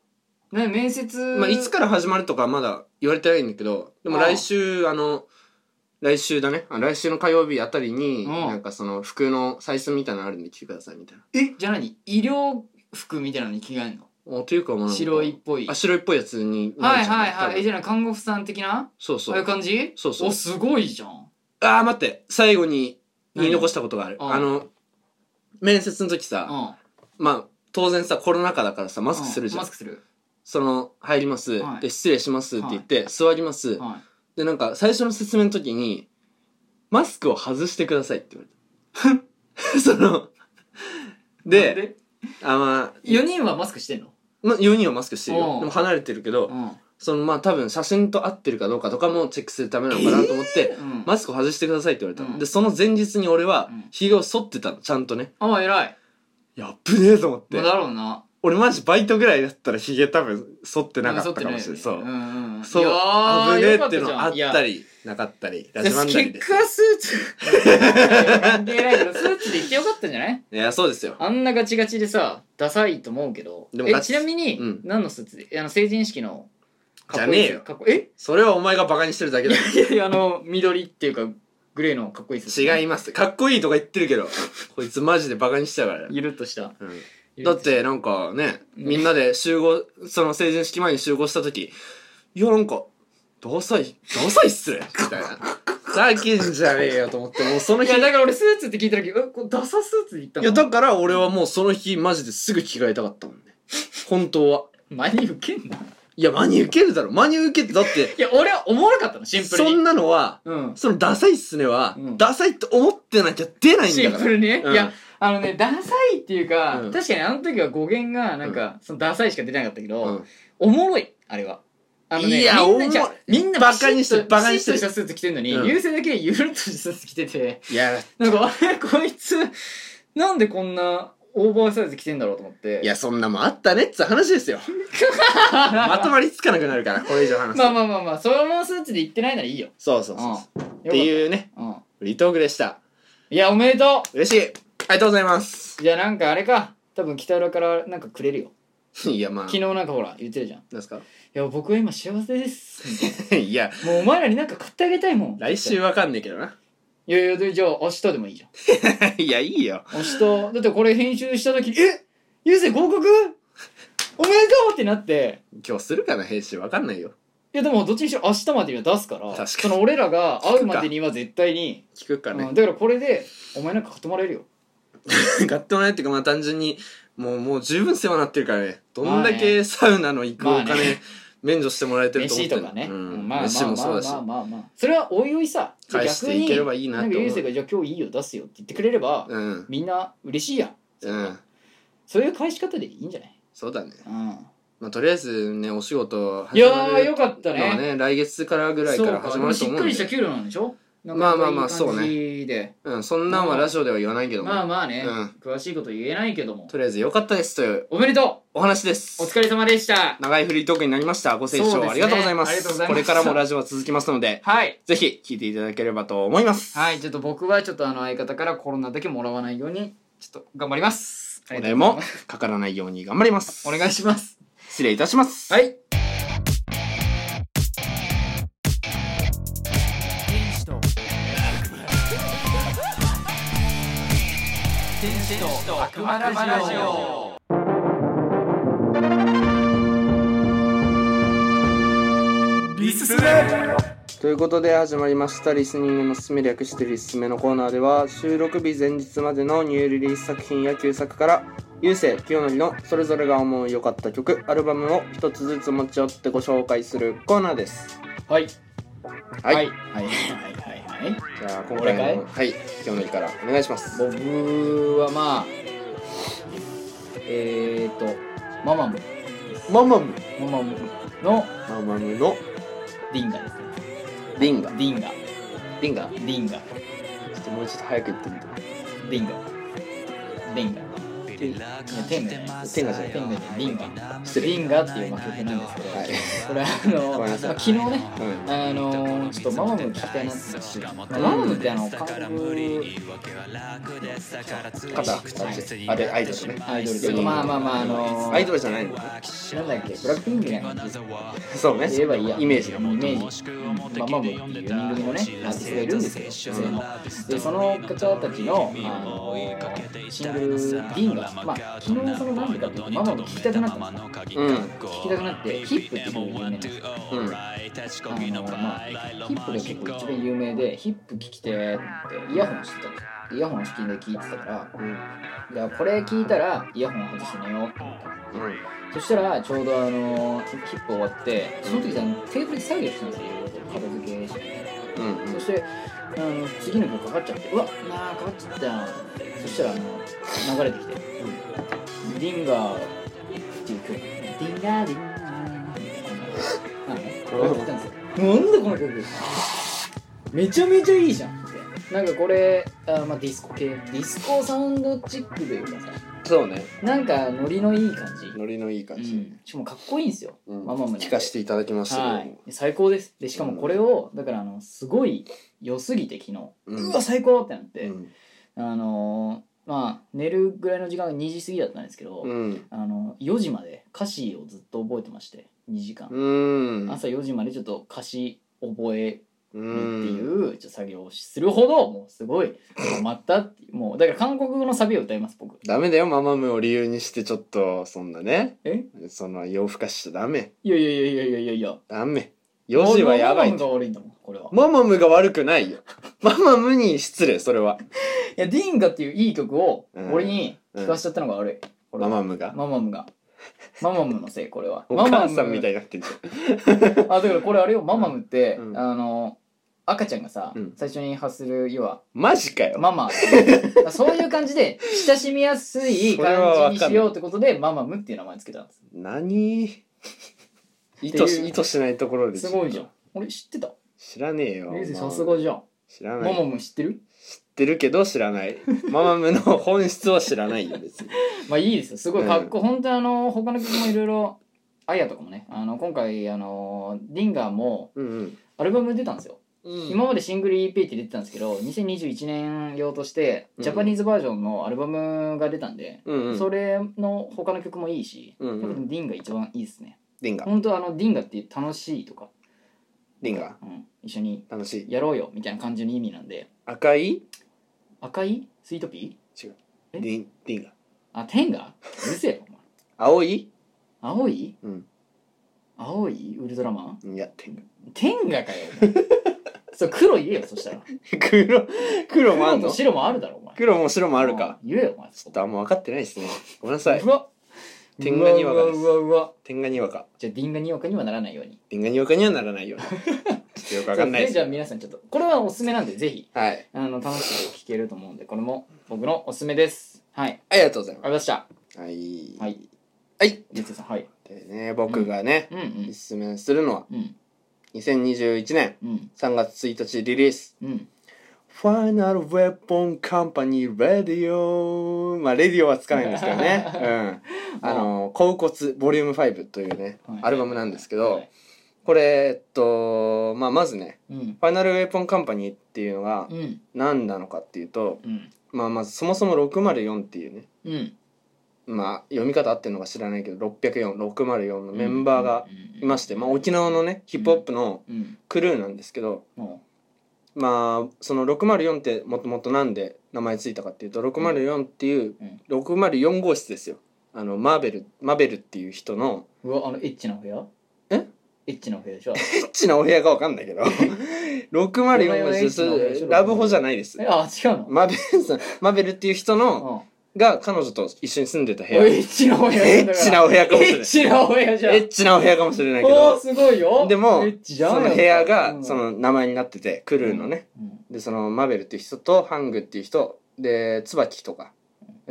ね面接
まあいつから始まるとかまだ言われてないんだけどでも
ああ
来週あの来週だねあ来週の火曜日あたりに
うん
なんかその服の採寸みたいなのあるんで来てくださいみたいな
えじゃあ何医療服みたいなのに着替えんの
おというかまあ
白いっぽい
あ白いっぽいやつに
は
ないるじゃん
はいはいえ
多分
じゃあ看護婦さん的な
そう
そ
そう
いう
う
感じ
そうそう
おすごいじゃん
あー待って最後に
何
言い残したことがある
うん
あの面接の時
う
さ
ん
まあ当然さコロナ禍だからさマスクするじゃ
うんマスクする
その入ります、
はい
で失礼しますって言って、座ります、
は
でなんか最初の説明の時にマスクを外してくださいって言われた <laughs> その
い
で
で
あまあ
4人はマスクしてんの
ま4人はマスクしてる
う
よ
ん
でも離れてるけど、
うん
そのまあ多分写真と合ってるかどうかとかもチェックするためなのかなと思って、
うん
マスクを外してくださいって言われたの、
うん
でその前日に俺は
うん
ひげを剃ってたのちゃんとね
ああ偉い
やっぶねえと思って
まあだろうな
俺マジバイトぐらいだったらひげ多分剃ってなかったかもしれない、そ
うん
う、
んん
そう
いやー
危ねえ
よか
っていう
じゃ
の
ん
あっ
いや
たりなかったりラジマンダリで
結
す
果スーツ関係ないけどスーツで行ってよかったんじゃない
いやそうですよ
あんなガチガチでさダサいと思うけど
でも
え
ガチ
ちなみに、
うん
何のスーツであの成人式のかっこ
じゃ
い
ね
い
えよ
かっこえ
それはお前がバカにしてるだけだよ
いやいやあの緑っていうかグレーのかっこいいスーツ
違いますかっこいいとか言ってるけどこいつマジでバカにしちゃうからね、
ゆるっとした
うん
ゆる
だ
っ
っ
とした
てなんかね
うん
みんなで集合その成人式前に集合した時いやなんかダサいダサいっすねみたいなふざけんじゃねえよと思ってもうその
い
日
や
い
だから俺スーツって聞いた時えこれダサスーツで行ったの
やだから俺はもうその日マジですぐ着替えたかったもんね本当は
前に受けんない
や真に受けるだろ真に受けてだって
いや俺はおもろかったのシンプル
そ
に
んなのは
うん
そのダサいっすねは、
うん
ダサいって思ってなきゃ出ないん
シ
だ
ン
から
プルにね、
うん
いやあのねダサいっていうか、
うん
確かにあの時は語源がなんか、そのダサいしか出なかったけど、
うん
おもろいあれはあのね
いや
み
お
ん
もろ
ないじゃあみんな
バカにして
ピシッと
バカにして
ピシッとしたスーツ着てんのに、
うん
優勢だけゆるっとしたスーツ着てて
いや
なんかあれこいつなんでこんなオーバーサイズ着てんだろうと思って
いやそんなもんあったねっつう話です
<laughs>
よまとまりつかなくなるからこれ以上話すと
まあまあまあまあそのスーツで行ってないならいいよ
そうそうそうそうって
う、
いうね
うん、
フリートークでした
いやおめでと
嬉しいありがとうございます
うじゃあなんかあれか多分北浦からなんかくれるよ
いやまあ
昨日なんかほら言ってるじゃんい
なんすか <laughs>
や僕は今幸せですみたいない
や
もうお前らになんか買ってあげたいもん
来週わかんねえけどな <laughs>
いやいやでじゃあ明日でもいいじゃん
いやいいよ
明日だってこれ編集した時に「えゆうせい合格おめでとう!」ってなって
今日するかな編集わかんないよ
いやでもどっちにしろ明日までには出すから
確かに
その俺らが会うまでには絶対に、
聞くから
うん
ね
だからこれでお前なんか買ってもらえるよ
買ってもらえるっていうかまあ単純にもうもう十分世話になってるからねどんだけサウナの行くお
まあ
金
ね
免除してもらえてると思っ
飯
てん
と
の
かね、
う
うん
ん
まあま
飯
あ
も
ま
そう
あ
だし
まあまあまあそれはおいおいさ
返していければいいな
逆
と
にんか
思
ゆうせいうがじゃあ今日いいよ出すよって言ってくれれば、
うん
みんな嬉しいやん
うん
そういう返し方でいいんじゃない、
そうだね
うん、
まあとりあえずねお仕事
い
始
や
ま
ー
る
よかった
のは
ね
ね来月からぐらいから始まると
そうかでもしっ
思う
か
ん
りした
で
給料なんでしょ
まあまあまあ
なんかいい感じで
うんそんなんはラジオでは言わないけども
まあまあね、
うん
詳しいこと言えないけども
とりあえず良かったですという
おめでと
お話です
うお疲れ様でした
長いフリートークになりましたご清
そ
聴、
うですね
ありがとうございま
あり
す
がとうござい
こ
ま
れ
した
からもラジオは続きますので
はい
ぜひ聞いていただければと思います
はいちょっと僕はちょっとあの相方からコロナだけもらわないようにちょっと頑張ります
お題もかからないように頑張ります
お願いします
失礼いたします
はい
天使と天使と悪魔ラジオリスレ
ということで始まりました「リスニングのすすめ」略して「リスめ」のコーナーでは収録日前日までのニューリリース作品や旧作からゆうせい清則のそれぞれが思う良かった曲アルバムを一つずつ持ち寄ってご紹介するコーナーです
はい
はい、
はいはいはいはいはい
じゃあ今回
俺
も
か
はい清則からお願いします
僕はまあえっ、ー、とママム
ママム
ママムの
ママムの
リンガですね
リンガ
リンガ
リンガ
リンガ
ちょっともうちょっと早く言ってみて
リンガリンガ
天
天がじゃない
天がじゃない
です天がじゃないリンガ
失礼
リンガっていうまあ曲なんですけど、
はい
これあの、
ごめん
まあ、
なさい
昨日ね、
う
あのちょっとママム聞きたいなって思ってママムってあの韓国
肩あれアイドルね
アイドルでまあまあまああの
アイドルじゃないの
なんだっけブラックピンクやんって
そうね
言えばいいや
イメージ
イメージ、まあ、ママムっていう4人組のねアーティストがいるんですよ女性のでその方たちのあのシングル「リンガ」まあ昨日そのなんでかっていうとママム聞きたくなったんですよ
うん
聞きたくなってヒップっていうのが有名なんですよ
うん
あのまあ、ヒップが結構一番有名でヒップ聴きてーってイヤホンしてたんですよイヤホン好きで聴いてたから
うん
だからこれ聴いたらイヤホン外して寝ようって思ったんで
う
すよ
ん
そしたらちょうどあのヒップ終わってその時あのテーブルで作業してたんですよ片付けして
うん
そしてあの次の曲かかっちゃってうわなあかかっちゃったよそしたらあの流れてきて「ディンガー」っていう曲「ディンガーディンガー」あねこれを聞いたんですよなんだこの曲めちゃめちゃいいじゃんってなんかこれあ、まあ、ディスコ系ディスコサウンドチックというかさ
そうね
なんかノリのいい感じ
ノリのいい感じ
しかもかっこいいんですよ、
うん
ママもね
聞かせていただきましたけ
は
ども
い、最高ですでしかもこれをだからあのすごい良すぎて昨日、う
うん
わ最高ってなって、
うん
あのーまあ寝るぐらいの時間が2時過ぎだったんですけど、
うん
あの4時まで歌詞をずっと覚えてまして2時間、
うん
朝4時までちょっと歌詞覚え
う
るってい
ん
うちょっと作業をするほどもうすごいハマったっていうもうだから韓国語のサビを歌います僕
ダメだよママムを理由にしてちょっとそんなね
え
その洋服化しちゃダメ
いやいやいやいやいやいや
ダメ4時はやばい
ママが悪いんだもんこれは
ママムが悪くないよママムに失礼それはい
やディーンガっていういい曲を
うん
俺に聞かしちゃったのが悪い、これ
ママムが
ママムがママムのせいこれは
<laughs> お母さんみた
い
いになってんじゃ
あだからこれあれよママムって、
うん
あの赤ちゃんがさ、
うん
最初に発する要は
んマジかよ
ママって
<laughs>
いうそういう感じで親しみやすい感じにしようってことでママムっていう名前つけたんです <laughs>
何意
って
図
いう
し意図しないところです
すごいじゃん俺知ってた
知らねえよ
流星
ママ
さすがじゃん
知らな
マ
い
マ
知っ
ム知ってる
てるけど知らないママムの本質を知らないよ別に
まあいいですよすごいかっこ、本当にあの他の曲もいろいろあやとかもねあの今回あのディンガーも
うんうん
アルバム出たんですよ
うん
今までシングル EP って出てたんですけど2021年用として
うん
ジャパニーズバージョンのアルバムが出たんで、
うんうん
それの他の曲もいいし、
うんうん
やっぱディンが一番いいですね
リンガ
本当あのディンガって楽しいとか、
リンガ
うん、一緒に
楽しい
やろうよみたいな感じの意味なんで
赤い
赤いスイートピー
違う
え
リンリンガ
あ天がうるせえよお前
青い
青い
うん
青いウルトラマン
いや天が
天がかよお前そう黒言えよそしたら
<laughs> 黒黒もあ
黒
ん
と
の
白もあるだろお前
黒も白もあるか
言えよお前
ちょっとあんま分かってないですねごめんなさいう
わ
天がにわかです
うわうわうわ
天がにわか
じゃあディンガにわかにはならないように
天がにわかにはならないよちょっとよくわかんないです
じゃあ皆さんちょっとこれはおすすめなんでぜひ
はい
あの楽しく聴けると思うんでこれも僕のおすすめですはい
ありがとうござい
あ
ま
りがとうございました
すはい
はい
はい
ゆうつさんはい
でね僕がね
うんう
お
ん
すすめするのは
うん
2021年
うん
3月1日リリース
うん
ファイナルウェポンカンパニーレディオまあレディオはつかないんですけど
<laughs>
ねうんあの「甲骨ボリューム5というね
はい
アルバムなんですけ
は
ど
い
これえっとまあまずね
うん
ファイナルウェポンカンパニーっていうのが
うん
何なのかっていうと
うん
まあまずそもそも604っていうね
うん
まあ読み方合ってるのか知らないけど604604のメンバーがいまして、まあ、沖縄のねヒップホップの
うん
クルーなんですけど、
も
まあその604ってもともとなんで名前ついたかっていうと604っていう
うん
604号室ですよあのマーベルマベルっていう人の
ううわあのエッチなお部屋
え
エッチなお部屋でしょ
エッチなお部屋かわかんない
<laughs>
けど604号
エッチなお部屋でし
室
ょ
ラブホじゃないです
えあ違うの
マベルさんマベルっていう人の
うん
が彼女と一緒に住んでた部
お
屋
エ
エ
ッチなお部屋
エッチなお部屋かもしれない
<laughs> エッチなお部屋じゃん
ッチなお部屋かもしれないけ
おー
ど
すごいよ
でも
エッチじゃん
その部屋
う
が
ん
その名前になっててクルーのね
うん
でそのマベルっていう人とハングっていう人で椿とか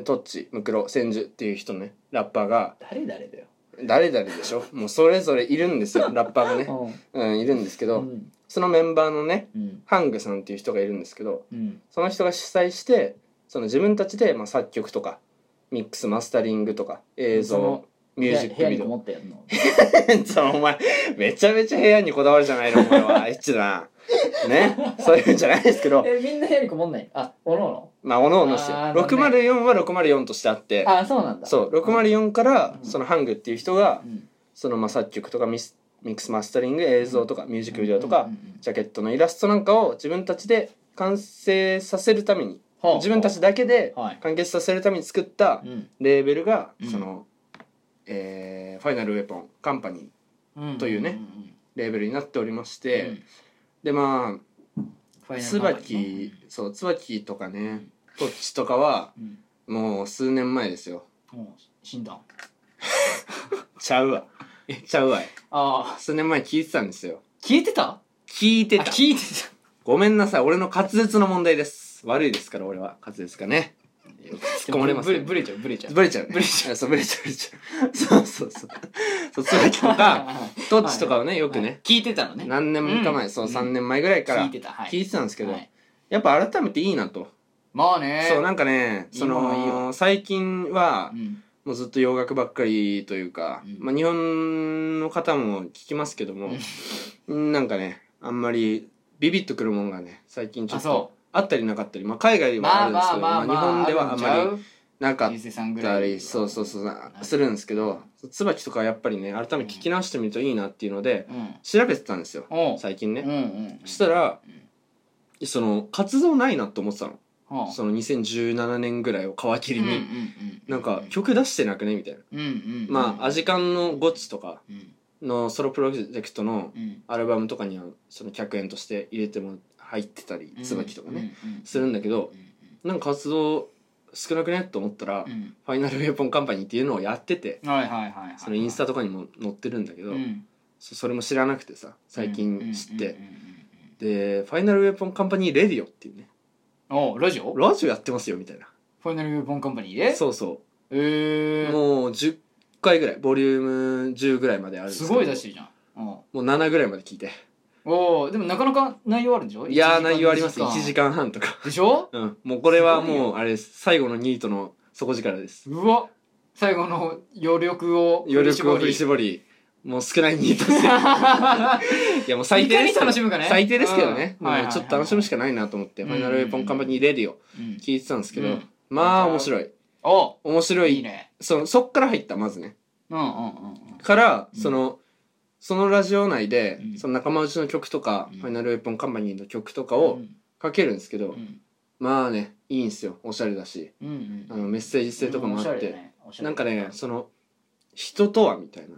トッチムクロ千住っていう人ねラッパーが
誰誰だよ
誰々でしょ <laughs> もうそれぞれいるんですよラッパーが
<laughs>
ね、うん、いるんですけ
う
ど、
ん
そのメンバーのね
うん
ハングさんっていう人がいるんですけど
うん
その人が主催してその自分たちでまあ作曲とかミックスマスタリングとか映
その
像ミュージッ
部
ク
屋部屋
ビ
に
デ
こも
オ
ってやんの
<laughs> そのお前めちゃめちゃ部屋にこだわるじゃないのお前はエッチだなねそういうんじゃないですけど
えみんな部屋にこもんないあおのおの
まあおのおのして
あー残念
604は604としてあって
あそうなんだ
そう604からそのハングっていう人が
うん
そのまあ作曲とかミスミックスマスタリング映像とかミュージックビデオとか
うんうんうん
ジャケットのイラストなんかを自分たちで完成させるために
はあ
自分たちだけで
はい
完結させるために作った
うん
レーベルが
うん
その、えーファイナルウェポンカンパニー
うん
というねレーベルになっておりまして、
うん
でま
ファ
あ
イナルカンパニ
椿
ー
そう椿とかねトッチとかは
うん
もう数年前ですよ
うんもう死んだ
ちゃうわちゃうわい
ああ
数年前聞いてたんですよ
消えてた
聞いて
あ
た
聞いてた
ごめんなさい俺の滑舌の問題です悪いですから俺は滑舌がね突っ込まれます
ブ
よ
レブレちゃうブレちゃう
ブレちゃうね
ブレち
ゃうそうブレちゃうブレちゃうそうそうそうそう椿とかトッチとかをねよくね、
聞いてたのね
何年か前、
うん
そう
うん
3年前ぐらいから
聞いてたはい
聞いてたんですけど、
はい
やっぱ改めていいなと、
まあね
そうなんかねそ
いいも
の
のいいよ
最近は
うん
もうずっと洋楽ばっかりというか、
うん
まあ、日本の方も聞きますけども、なんかねあんまりビビッとくるもんがね最近ちょ
あ
っと
そ
あったりなかったり、まあ、海外で
う
はあ
まあ
るんです
まあ
けど、
まあまあ
日本ではあんまり
り
なかっ
ゆうせいさんぐ
た
ら
り
い
そうそうそうな
はい
するんですけど椿とかやっぱりね改めて聞き直してみるといいなっていうので
うん
調べてたんですよ
おう
最近ね
うん。うん
そしたら
うん
その活動ないなって思ってたの
はあ
その2017年ぐらいを皮切り
うんうんう
に
ん
なんか曲出してなくねみたいな
うんうんうん
まあアジカンの「ゴッチ」とか
うん
のソロプロジェクトの
うん
アルバムとかにはその客演として入れても入ってたり椿とかね
うんうん
するんだけど
うん
なんか活動少なくねと思ったら
うんうん
ファイナルウェポンカンパニーっていうのをやってて
はいはいはいはい
そのインスタとかにも載ってるんだけど
うん
そそれも知らなくてさ最近知っ
う
て
んうんうんうん
で「ファイナルウェポンカンパニーレディオ」っていうね
おうラジオ
ラジオやってますよみたいな
ファイナルユーボンカンパニーで
そうそ
へ
う
え
もう10回ぐらいボリューム10ぐらいまであるんですけど
ごい出してるじゃんうん
もう7ぐらいまで聞いて
おおでもなかなか内容あるんでしょ
いやー
一時間
内容あります1時
間
間半とか
でしょ
うんもうこれは
すごい
もうあれです最後のニートの底力です
うわ最後の余力を
余力を振り
絞
絞りもう少ないニートです
<laughs>
よいやもう最低
最
で
低
す
に
けど
楽しむかね
最低ですけどね、
うんはいはい
も
は
う
い
ちょっと楽しむしかないなと思って「
うん
ファイナルウェポンカンパニーレディオ
り、うん」
聞いてたんですけど、
うん
まあ面白い
お
面白い
いいね
そのそっから入ったまずね
うんうんうんうん
から、
うん
そのそのラジオ内で、
うん
その仲間内の曲とか、
うん
ファイナルウェポンカンパニーの曲とかをかけるんですけど、
うん
まあねいいんすよおしゃれだし
うんうん
あのメッセージ性とかもあって、なんかね
そ
その人とはみたいな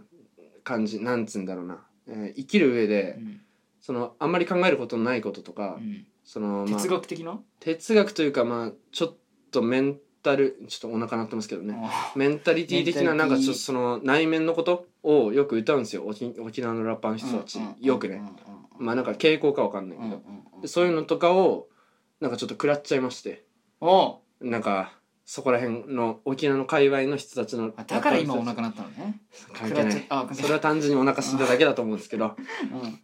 感じなんつうんだろうな、えー生きる上で、
うん
そのあんまり考えることのないこととか、
うん
その、まあ、
哲学的な
哲学というかまあちょっとメンタルちょっとお腹鳴ってますけどね
あ
メンタリティ的な
メン
な
タ
ん
リティ
かちょっとその内面のことをよく歌うんですよ沖沖縄のラッパーの人たち、よくね、まあなんか傾向かわかんないけど、でそういう
の
のとかをなんかちょっと食らっちゃいまして
おう
なんかそこら辺の沖縄の界隈の人たちの
あだから今お腹鳴ったのね
関係
食らっ
な
ちゃっ
い
たあ関係
そ
ない
れは単純にお腹空いただけだと思うんですけど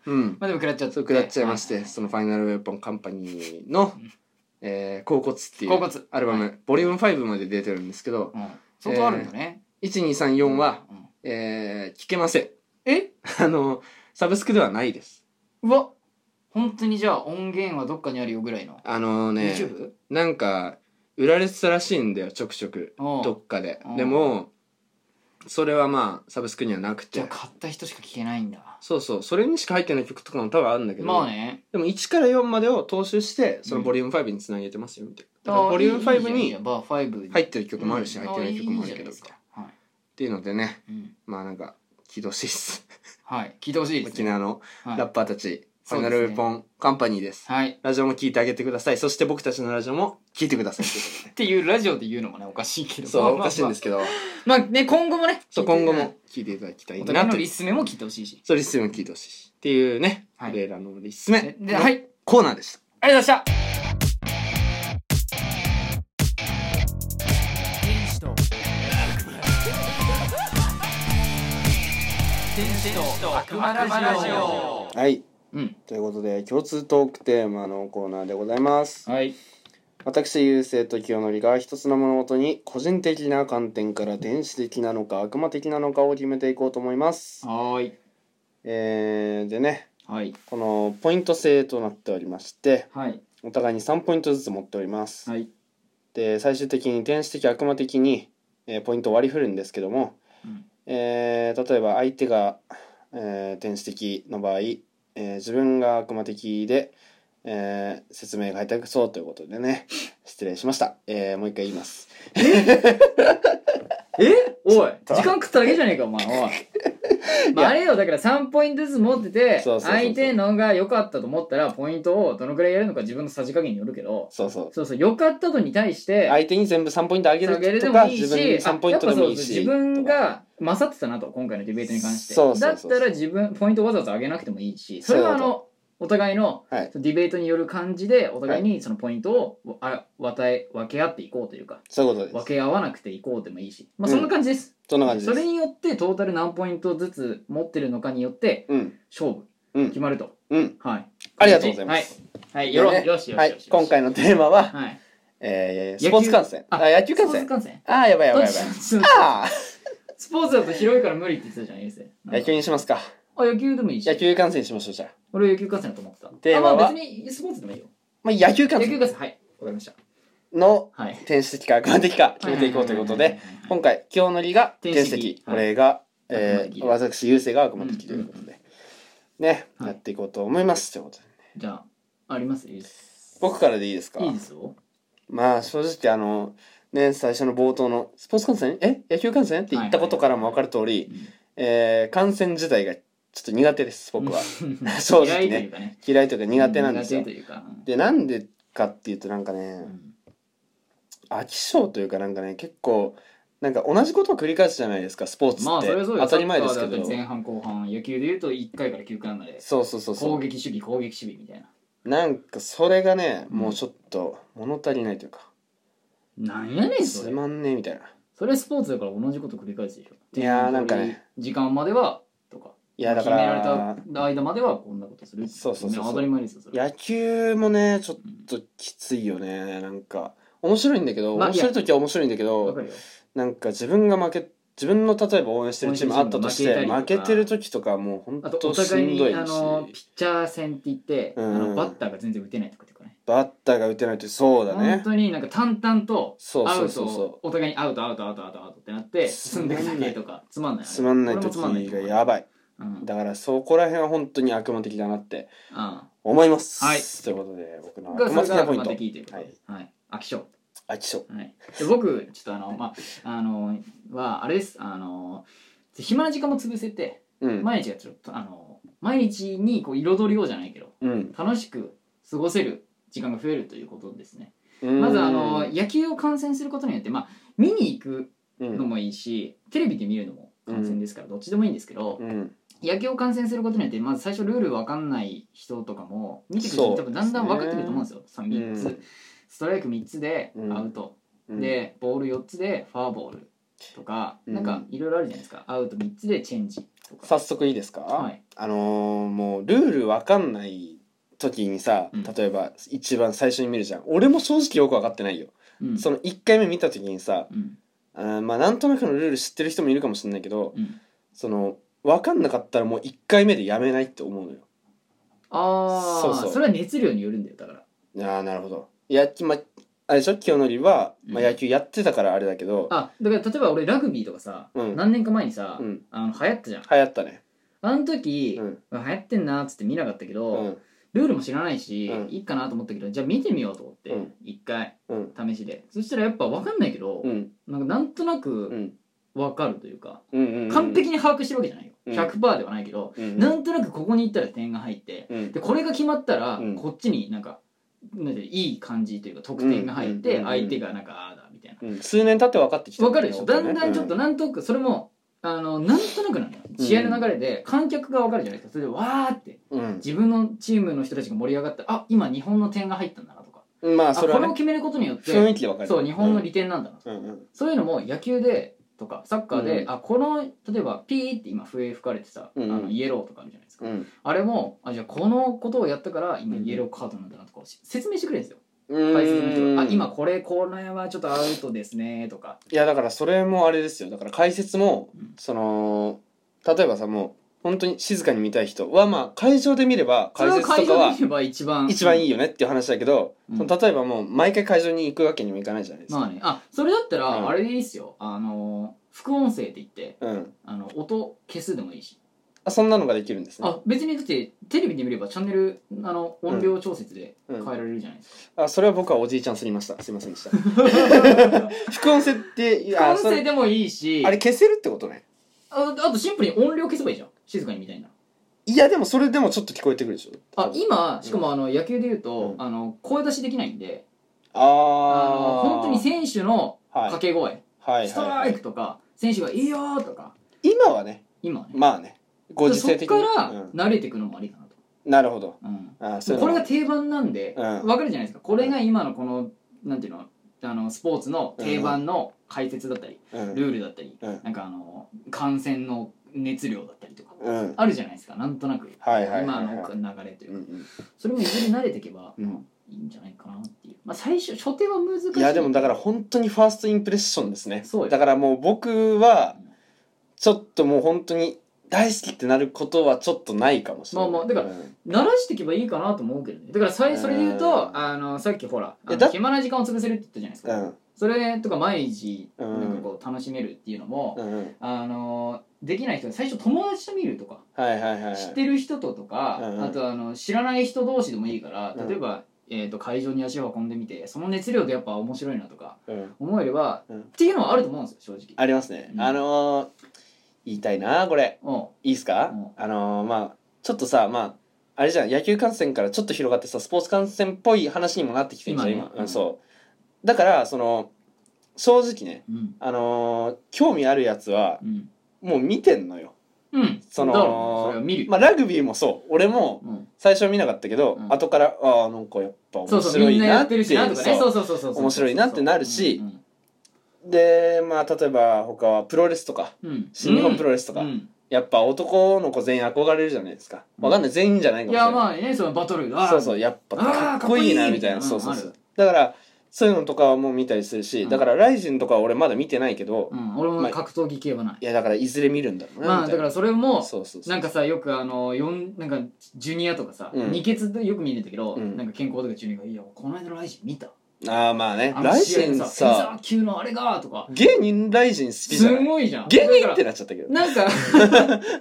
うん
うん
まあでも食らっちゃって
そう食らっちゃいまして、
はは
そのファイナルウェポンカンパニーの
うん
「えー、甲骨」ってい
甲
う
骨
アルバム、
は
ボリューム5まで出てるんですけど
うん相当あるんだね
1234は、えー、聞けません
え
<laughs> あのサブスクではないです
うんうわ本当にじゃあ音源はどっかにあるよぐらいの
あのね
YouTube?
なんか売られてたらしいんだよちょくちょく
おう
どっかで
うん
でもそれはまあサブスクにはなく
じゃあ
て
買った人しか聞けないんだ
そうそうそれにしか入ってない曲とかも多分あるんだけど、
まあね
でも1から4までを踏襲してその
うん
ボリューム5につなげてますよみたいな、だからボリューム5に
バー5に
入ってる曲もあるし入ってない曲もあるけど
いい
っ
じゃないです
ていうのでね
かはい、うん
まあなんか気通しいっす
はい、聞いてほしいです
沖
ね
縄の
はい
ラッパーたち、フ
そ
ァ
う
イ
で
ナ
すね
ルウェポンカンパニーです
はい、っ
ラジオも聞いてあげてくださいそして僕たちのラジオも聞いてくださいということで
ていうラジオで言うのもねおかしいけど
そうおかしいんですすけど
まあね今後もね
そう
聞いて
今後も聞いていただきたい
お
な
互いの
と
リスメも聞いてほしいし
そうリスメも聞いてほしいしっていうね、
はい
俺らのリスメ
でではいありがとう
コーナーでした
ございました
天使と天使と悪魔ラジオ
はい
うん
ということで共通トークテーマのコーナーでございます
はい
私、優勢と清則が一つの物事に個人的な観点から電子的なのか悪魔的なのかを決めていこうと思います。
はーい
えー、でね、
はい
このポイント制となっておりまして、
はい
お互いに3ポイントずつ持っております。
はい
で、最終的に電子的悪魔的に、えーポイントを割り振るんですけども、
うん
えー例えば相手が、えー天使的の場合、えー自分が悪魔的で、えー説明が下手くそということでね失礼しました、えーもう一回言います
えおい時間食っただけじゃねえか
<laughs>
お前おいまあ、あれよだから3ポイントずつ持ってて
そうそうそうそう
相手のが良かったと思ったらポイントをどのくらいやるのか自分のさじ加減によるけど
そうそう
そうそう良かったとに対して
相手に全部3ポイントあげ
下げ
る
るで
と
も
か
いい
自
し
分に3ポイントでもいいし
あやっぱそうそう自分が勝ってたなと今回のディベートに関して
そうそうそうそう
だったら自分ポイントわざわざ上げなくてもいいしそれはあ
そう
のお互いの
はい
ディベートによる感じでお互いにそのポイントをあ与え分け合っていこうというか
そういうことで
分
す
け合わなくていこうでもいいしまあ
うん
そんな感じです、
そんな感じ
そ
です
れによってトータル何ポイントずつ持ってるのかによって
うん
勝負
うん
決まると、
うん
はい
ありがとうございます、
はい、はい、
で
よろ、
ね
よしよしよしよし、
はい今回のテーマは、
はい
えース
野球
ポーツ観戦あ野球観
スポーツ
戦
観戦
あーやばいやばいやばい
どっち
あ
スポーツだと広いから無理って言ってたじゃん、衛星。
ー野球にしますか
あ、野球でもいいし。
野球観戦しましょうじゃあ
俺野球観戦だと思ってた。
テーマは
あ、まあ別にスポーツでもいいよ。
まあ、野球観
野球
戦
観戦、はい。わかりました。
の
はい。
天使的か悪魔的か決めていこうということで、今回清則が天使
天使
的
的
俺が、
はい
え
悪魔
ー
的
私優勢が悪魔的ということで、ね、
はい
やっていこうと思いますということで
じゃあ、ありますいいです
僕からでいいですか
いいですよ。
まあ正直あのね最初の冒頭のスポーツ観戦え野球観戦って言ったことからも分かる通り、
うん
えー観戦自体がちょっと苦手です僕は
<laughs>
<laughs> 正
嫌
直
いとい
ね
うかね。
嫌いというか苦手なんですよ
苦手というか。うん
でなんでかっていうとなんかね、
うん
飽き性というかなんかね結構なんか同じことを繰り返すじゃないですかスポーツって、
まあ、それはそうよ
当たり前ですけ
サッカーだ
ど
ったり前半後半、野球で言うと1回から9回まで。
そうそうそう
攻
そ
撃主義、攻撃主義みたいな。
うなんかそれがね
うん
もうちょっと物足りないというか、
なんやねん、そ
つ
れ。
まんねえみたいな
それはスポーツだから同じこと繰り返すでしょ。
いやーなんかね。
時間までは、とか。
いやだか
決めら
ら
れた間まではこんなことする
そうそうそうそう
当たり前ですよそれは
野球もねちょっときついよねなんか面白いんだけど
まあ
面白い時は面白いんだけ
わ
ど
かるよ
なんか自分が負け自分の例えば応援してるチームあったとし
応援してる
て
チーム
負
負
け
けたりとか
てる時とかもう本
あと
当
お
し
互い
んどい
にあ
し
のピッチャー戦って言って、
うん
あのバッターが全然打てないとかっていうかね
バッターが打てないってそうだ
本
ね
当になんか淡々と
そう
ア
そう
ウ
そうそう
トお互いにアウトアウトアウトアウトアウトってなって進んでいくだけとかつまんない
つまんない
これも
時
つまんない
がやばい
うん
だからそこら辺は本当に悪魔的だなって
あ
思います
はい
ということで僕の
が
悪
そ
魔
れ
的な
が
ポイン
ま
ト
た聞いてる
はい
はい飽き性
飽き性
はい、で僕ちょっとあのまああのはあれですあの暇な時間も潰せて
うん
毎日がちょっとあの毎日にこう彩りようじゃないけど
うん
楽しく過ごせる時間が増えるということですね
うん
まずあの野球を観戦することによって、まあ、見に行く
う
の
ん
もいいし、テレビで見るのも観戦ですからどっちでもいいんですけど、
うん
野球を観戦することによってまず最初ルール分かんない人とかも見てくる
そう
と
で
多
すね
分だんだん分かってくると思うんですよさ3つ、
うん
ストライク3つでアウト、
うん
でボール4つでファーボールとか、
うん
なんかいろいろあるじゃないですかアウト3つでチェンジとか
早速いいです
は
か
い
あのーもうルールわかんない時にさ
うん
例えば一番最初に見るじゃん俺も正直よく分かってないよ
うん
その1回目見た時にさ
うん
あーまあなんとなくのルール知ってる人もいるかもしれないけど
うん
その分かんなかったらもう1回目でやめないって思うのよ
ああ
そうそう
それは熱量によるんだよだから
ああなるほどいやまあれでしょ清則は、まあ、
うん
野球やってたからあれだけど、
あだから例えば俺ラグビーとかさ、
うん
何年か前にさ、
うん、
あの流行ったじゃん
流行ったね
あの時
う、ん
流行ってんなっつって見なかったけど、
うん
ルールも知らないし、
うん
いいかなと思ったけどじゃあ見てみようと思って、
うん
一回
うん
試しでそしたらやっぱ分かんないけど、
うん
なんかなんとな
う
く
ん
分かるというか、
うんうん
完璧に把握してるわけじゃないよ、
うん
100%ではないけど、
うん
なんとなくここに行ったら点が入って
うん
でこれが決まったら、
うん
こっちになんかなんていうのいい感じというか得点が入
う
って
ん
相手がなんかああだみたいな
うん数年経って分かってきた
わかるでしょだんだんちょっと
な
なんとなくそれもあのなんとなくなのよ試合の流れで観客がわかるじゃないですかそれでわーって
うん、
自分のチームの人たちが盛り上がったあ今日本の点が入ったんだなとか
うん、まあ
あ
そ
こ
れは
れを
ね
決めることによっ
雰
て
囲気で分かる
そう日本の利点なんだなとか
うんうん
そういうのも野球でとかサッカーで
うん
あこの例えばピーって今笛吹かれてさあ
うん
のイエローとかあるじゃないですか
うん
あれもあじゃあこのことをやったから今イエローカードなんだなとかをし説明してくれるんですよ
う
解説の人
ーん
があ今これこれはちょっとアウトですねとか
いやだからそれもあれですよだから解説も
うん
その例えばさもう本当に静かに見たい人はまあ会場で見れば解説とか
で
は
見れば一番
一番い
い
いよねっていう話だけど、
うん
その例えばもう毎回会場に行くわけにもいかないじゃないですか、
まあねあそれだった
うん
らあれでいいっすよあの副音声って言って
うん
あの音消すでもいいし
あそんなのができるんですね
あ別にだってテレビで見ればチャンネルあの音量調節で
うん
変えられるじゃないですか、
あそれは僕はおじいちゃんすぎましたすいませんでした
<laughs>
副音声っていや
副音声でもいい
そ
し
れあれ消せるってことね
ああとシンプルに音量消せばいいじゃん静かにみたいない
やでもそれでもちょっと聞こえてくるでしょ
あ今しかもあの野球で言うと、
うん
あの声出しできないんで
あー
あの本当に選手の
はい
掛け声、
はい
スト
は
ラ
い、
イ
はい
ク、とか選手が「いいよ」とか
今はね
今はね
まあねご時
そ
世
っ
的
か
に
ら
うん
慣れていくのもありかなと、
なるほど
うん
あそういう
こ
の
れが定番なんで、
うん
わかるじゃないですかこれが今のこのなんていうのあのスポーツの定番の解説だったり、
うん
ルールだったり、
うん
なんかあの感染の熱量だったりとか
うん
あるじゃないですかなんとなく、
はいはいはいはい
今の流れという
う
か、
ん
それもいずれ慣れていけば、
うん
いいんじゃないかなっていう、まあ、最初初手は難し
うん
い
いやでもだから本当にファーストインプレッションですね
そうよ
だからもう僕はちょっともう本当に大好きってなることはちょっとないかもしれない
まあまあだから
うん
慣らしていけばいいかなと思うけどねだからさいそれで言う
う
と
ん
あのさっきほらあ
えだ
の暇な時間を潰せるって言ったじゃないですか、それとか毎日
うん
なんかこう楽しめるっていうのも、
うんうん
あのできない人最初友達と見るとか、
はいはいはい
知ってる人ととか、
うんうん
あとあの知らない人同士でもいいから
うん
例えば、えー、と会場に足を運んでみてその熱量でやっぱ面白いなとか
うん
思えれば、
うん
っていうのはあると思うんですよ正直。
ありますね
うん
あのー言いたいなこれ
うん
いいっすか
うん
あのーまあちょっとさまああれじゃん野球観戦からちょっと広がってさスポーツ観戦っぽい話にもなってきてるじゃん
今
今
ね
うんそうだからその正直ね
うん
あのー興味あるやつは
うん
もう見てんのよ、
うん、
その
だろうねそれは見るよ、
まあ、ラグビーもそう俺も
うん、
最初は見なかったけど、
うん
後からああなんかやっぱ
そ
面
うそう
白
み
い
んなや
な
っ
って
て
いう
るしなとかね
そ
そううそうそうそうそう
面白いなってなるし
うん
でまあ例えば他はプロレスとか
うんうん、
新日本プロレスとか、
うん
やっぱ男の子全員憧れるじゃないですかわかんない全員じゃないか
い
もしれな
や
い
まあねそのバトルが
そうそうやっぱかっこいい
あ
な
ー
みたい
か
な
っ
そ
こいいみたいな
うそうそ
うん
う
ある
だからそういうのとかはもう見たりするし、
うん
だから「ライジン」とかは俺まだ見てないけど、
うん、俺も格闘技系はない
いやだからいずれ見るんだろうな
まあ
みた
だ
いな、
からそれも
そうそうそう
なんかさよくあのよんなんかジュニアとかさ、
うん
二血でよく見るんだけど、
うん
なんか健康とかジュニアが「いやこの間のライジン見た」
ああまあね
あの
ライ
試合
ジ
で
ン
さフェザ
さ
ー級のあれが」とか
芸人ライジン好きじ
す
ゃない
ごいじゃん
芸人ってな
だ
っちゃったけど
からなん
<laughs> う
か
ん
だ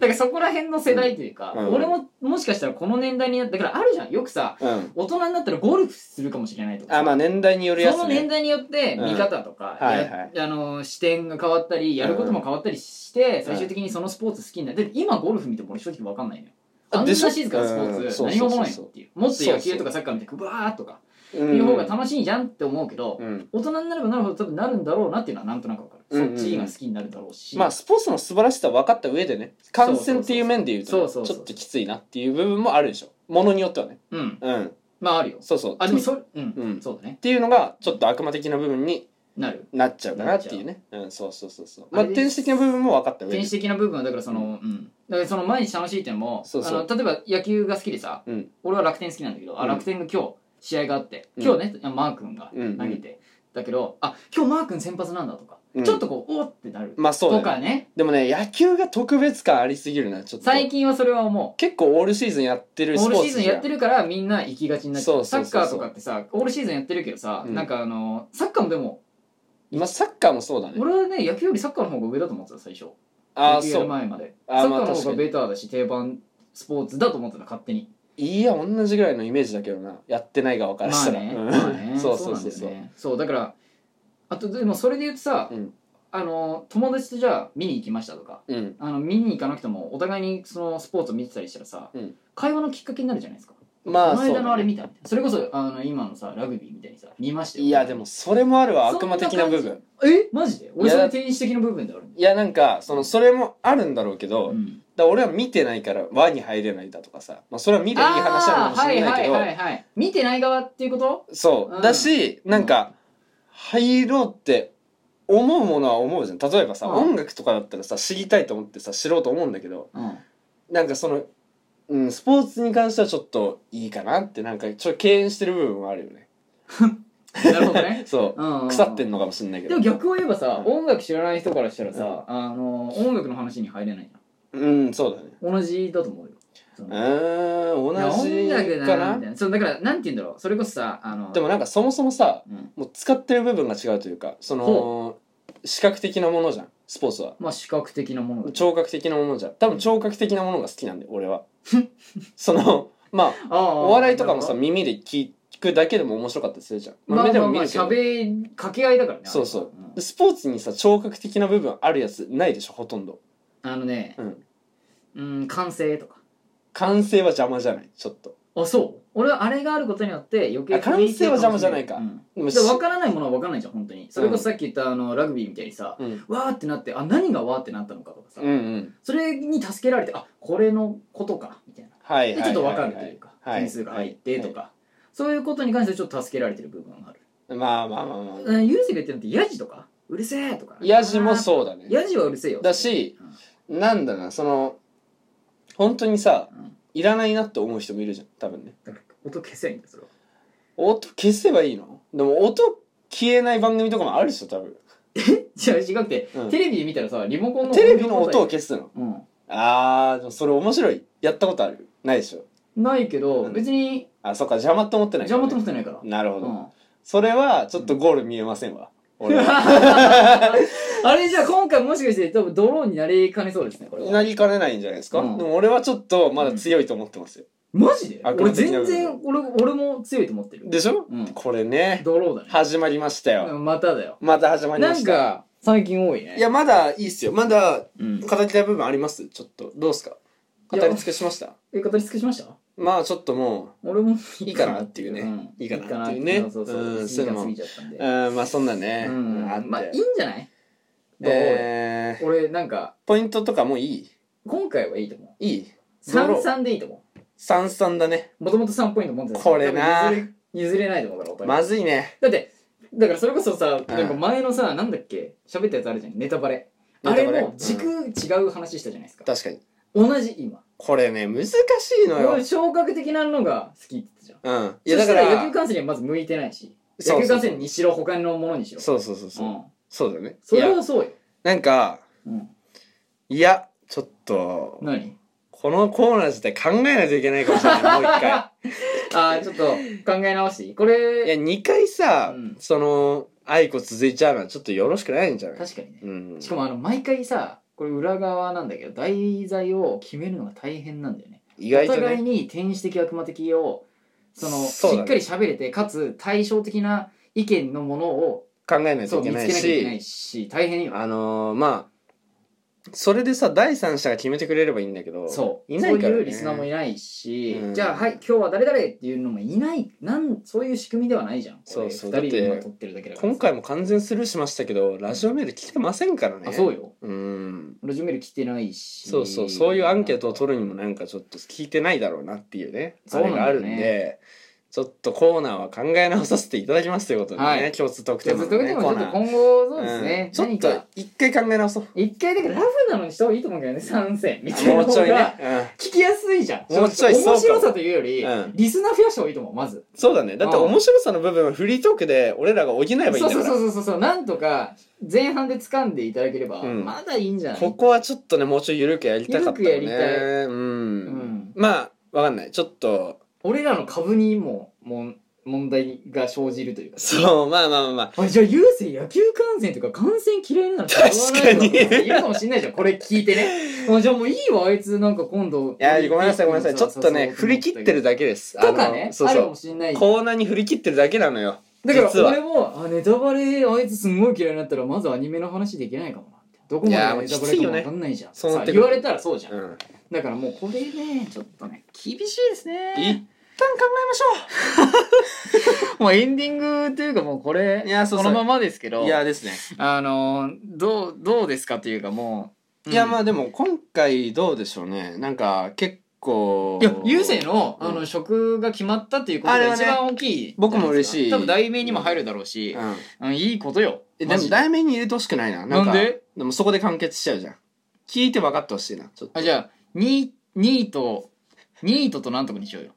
からそこら辺の世代というか、
うん
俺ももしかしたらこの年代になってだからあるじゃんよくさ
うん
大人になったらゴルフするかもしれないとかさ
あまあ年代によるや
そ
つ
の年
ね
代によって見方とか、
うんはい
やあの視点が変わったりやることも変わったりして、最終的にそのスポーツ好きになるで今ゴルフ見ても俺正直分かんないのよ
あ
あんな
でしょ
静かなスポーツ
うん
何がおもろ
そうそう
い
そ
の
う
っていうもっと野球とかサッカー見てくばーっとかっていう方が楽しいじゃんって思うけど、
うん
大人になればなるほど多分なるんだろうなっていうのはなんとなく分かる、
うんうんうん
そっちが好きになるだろうし、
まあスポーツの素晴らしさ分かった上でね観戦っていう面で言うとね
そうそう
ち
そう
ょっときついなっていう部分もあるでしょものによってはね
うん
うん
まああるよ
そうそう
あでもそれうん、
うん
そうだね
っていうのがちょっと悪魔的な部分に
なる
なっちゃうかなっていうねうんそうそうそうそうまあ
あれ
天使的な部分も分かった上
原
で
始的な部分はだからその、うんだからその毎日楽しいっていうのも
そうそう
あの例えば野球が好きでさ、
うん
俺は楽天好きなんだけど、
う
あ
ん
楽天が今日試合があって
うん
今日ね、マー君が
うんうん
投げて、だけどあ今日マー君先発なんだとか、
うん
ちょっとこうおーってなる、
まあそうだ
と
よね
かね
でもね野球が特別感ありすぎるなちょっと
最近はそれは思う
結構オールシーズンやって
オ
るスポ
ー
ーツ
ルシーズンやって
る
るからみんな行きがちになっちゃう
そうそうそう
サッカー
そう
とかってさオールシーズンやってるけどさ、
うん
なんかあのサッカーもでも
まあサッカーもそうだね
俺はね野球よりサッカーの方が上だと思ってた最初
ああ
野球や
そ
る
う
前まで
あー
サッ
まあ
カーの
確
方
か
が
に
ベターだし定番スポーツだと思ってた勝手に
いや同じぐらいのイメージだけどなやってない側から
ま
し
あ
たら <laughs>
ね,、
うん
まあね
そうそうそうそ
な
うん
だよねそうだからあとでもそれで言うとさ、
うん
あの友達とじゃあ見に行きましたとか
うん
あの見に行かなくてもお互いにそのスポーツを見てたりしたらさ、
うん
会話のきっかけになるじゃないですか、
まあ
こ
そ
の
う
間の
だ
あれ
ね
見たみたいなそれこそあの今のさラグビーみたいにさ見ましたよ
いやでもそれもあるわ
そん
悪
な
魔的な部分
えマジで俺
いや
それ天使的な部分であるんだ
いやなんかそのそれもあるんだろうけど、
よ、
だから俺は見てないから輪に入れないだとかさ、まあ、それは見りゃいい話なのかもしれないけど、
あーはいはいはいはい見てない側っていうこと
そう、
うん
だしなんか入ろうって思うものは思うじゃん例えばさ、
うん
音楽とかだったらさ知りたいと思ってさ知ろうと思うんだけど
うん
なんかその、うん、スポーツに関してはちょっといいかなってなんかちょっと敬遠してる部分はあるよね
なるほど
<laughs>
ね
そうう。
ん
腐ってんのかもしんないけ
で
ど。
も逆を言えばさ音楽知らない人からしたらさあの音楽の話に入れない
うん、そうだね。
じゃん同じだと思うよその
う
い
ー
や音
ん、同
楽
じか
な
な
みたいなそうだからなんて言うんだろうそれこそさあの
でもなんかそもそもさ、
うん
もう使ってる部分が違うというか、その、視覚的なものじゃん、スポーツは。
まあ視覚的なものだ
聴覚的なものじゃん。多分聴覚的なものが好きなんで、俺
<laughs>
は。その、まあ、
ああ
お笑いとかもさ、
なる
耳で聞くだけでも面白かったりするじゃん。
ほどまあ
目で
ま
も
あ
見
まあ
るけど。
喋り掛け合いだからねあれは
そうそう、
ん
スポーツにさ聴覚的な部分あるやつないでしょほとんど
あのね
うん
うん完成とか
完成は邪魔じゃないちょっと
あそう俺はあれがあることによって余計
あ完成は邪魔じゃないか
うん
でも
で分からないものは分からないじゃん本当にそれこそさっき言ったあのラグビーみたいにさ
うん
わーってなってあ何がわーってなったのかとかさ
うんうん
それに助けられてあこれのことかみたいな
はいは
で
い
ちょっと
わ
分かるというか
はい
点数が入ってとかそういうことに関してちょっと助けられてる部分がある
まあまあまあまあ
うんユージが言ってるのってヤジとかうるせえとか
ヤジもそうだね
ヤジはうるせえよ
だしなんだろうなその本当にさ
うん
いらないなって思う人もいるじゃん多分ね
だから音消せないんだよそれは
音消せばいいのでも音消えない番組とかもあるでしょ多分、
じゃあ違くて
うん
テレビで見たらさリモコンの
テレビの音を消
消
すの
うん
あーでもそれ面白いやったことあるないでしょ
ないけど、
うん
別に
あそっか邪魔って思ってないか
邪
らね、
魔と思ってないから。
なるほど、
うん
それはちょっとゴール見えませんわ、俺は
あれじゃあ今回もしかして多分ドローンになりかねそうですねこれは
なりかねないんじゃないですか、
うん
でも俺はちょっとまだ強いと思ってますよ、
マジで
あ
俺全然俺俺も強いと思ってる
でしょ、
うん
これね
ドローだね
始まりましたよ、
うんまただよ
また始まりま
なん
した
か最近多いね
いやまだいいっすよまだ
うん
語りたい部分ありますちょっとどうっすか語
いや
り尽くしました
え語り尽くしました
まあちょっとも
俺もい
いかなっていうね
ん
いいかなっていうね
そうそう
う
そ
んそ
う
うい
時
う
間
のも
過ぎちゃったんで
ううんまあそんなね、
うん
あって、
まあいいんじゃないドロー
えー、
俺なんか
ポイントとかもいい
今回はいいと思う
いいドロー
33でいいと思う
三三だね
もともと3ポイント持ってたんですよ
これな
多分譲れ譲れないと思うからお互い
まずいね
だってだからそれこそさ、
うん
なんか前のさなんだっけ喋ったやつあるじゃんネタバレ
ネタバレ
あれも軸
う
違う話したじゃないですか、
確かに
同じ今
これね難しいのよ
俺聴覚的なのが好きって言ってたじゃ
う
ん
んい
いや
やだ
だか
からら
野球観戦にはまず向いてないし
そうそう
野球観戦にしろ他のものにしろう
そうそうそうそう、
ん、
そうだね
それ
いや
はそうよ、
なんか
うん、
いやちょっと
何
このコーナー自体考えないといけないかもしれないも
<laughs>
う一回
あーちょっと考え直していいこ
いや
れ
2回さ、
うん
その愛子続いちゃうのはちょっとよろしくないんじゃない
確かにね
うん
しかもあの毎回さこれ裏側なんだけど題材を決めるのが大変なんだよね
意外と
お互
ね
いに天使的悪魔的をその
そうだ
し
ね
っかり喋れてかつ対照的な意見のものを
考えない
そ
と
う
いけ
見
な
つけないきゃいけな
し
いし大変よ
あのー、まあそれでさ第三者が決めてくれればいいんだけど
そう
いないから、ね、
そういうリスナーもいないし、
うん
じゃあはい今日は誰々っていうのもいないなんそういう仕組みではないじゃん
そうそう
2人で
だっ
今
て
撮ってるだけだから
今回も完全スルーしましたけどラジオメール来てませんからね
あそうよ
うん
ロジメール来てないし
そうそうそういうアンケートを取るにもなんかちょっと聞いてないだろうなっていうね
そ
あ
うな
れ
んだ
があ
よね
るんで、ちょっとコーナーは考え直させていただきますということでね、
はい
共通特
じゃ
典
あず
の
っと見
ね
て
コ
も
ー
ちょ
ナ
っと
ー
今後そうですね、
うん
何
ちょっ
か
と一回考え直
<laughs>
そう
一回だけラフなのにした方がいいと思うけどね参戦みたいな
も
のが
うちょいね、うん、
聞きやすいじゃん
もうちょいそうかも
面白さというより、
うん
リスナー増やした方がいいと思うまず
そうだねだって
うん
面白さの部分はフリートークで俺らが補えばいいんだから
そうそうそうそうそうなんとか前半で掴んでいただければ、
うん
まだいいんじゃない
ここはちょっとねもうちょい緩くやりたかったよね
緩くやりた
うん、
ん
まあわかんないちょっと
俺らの株にももん問題が生じるというか
そうまあまあまあまあ
あじゃあ優勢野球観戦とか観戦嫌いなの
確かに
言わないとかいるかもしんないじゃんこれ聞いてねあじゃあもういいわあいつなんか今度
いやごめんなさいごめんなさいちょっとね振り切ってる
だ
だけです
とか
あ
ね
のそう
あ
そ
る
う
かもしんない
コーナーに振り切ってるだけなのよ
だから
実は
俺もあネタバレあいつすんごい嫌いになったらまずアニメの話できないかもなってどこまでがネタバレかも分かんないじゃん
やーもうきついよねそうな
さ
ってくる
言われたらそうじゃん、
うん
だからもうこれねちょっとね厳しいです
一
ね
旦考えまし
<laughs> もうエンディングというかもうこれ
いやそうそう
このままですけ
ょ
ど
ういやですね、
あのーどうどうですかというかもう、
いやま
あ
あでも今回どうでしょうねなんか結構
いや優勢の
うん
あの職が決まったっていうこと
あれ
が
はね
一番大きい
僕も嬉しい
多分題名にも入るだろうし
う、ん
うん、いいことよ
えで
マ
も
ジ
題名に入れてほしくないななんか
なんで
でもそこで完結しちゃうじゃん聞いて分かってほしいなちょっと
あじゃあニーニートニートとなんとかにしようよ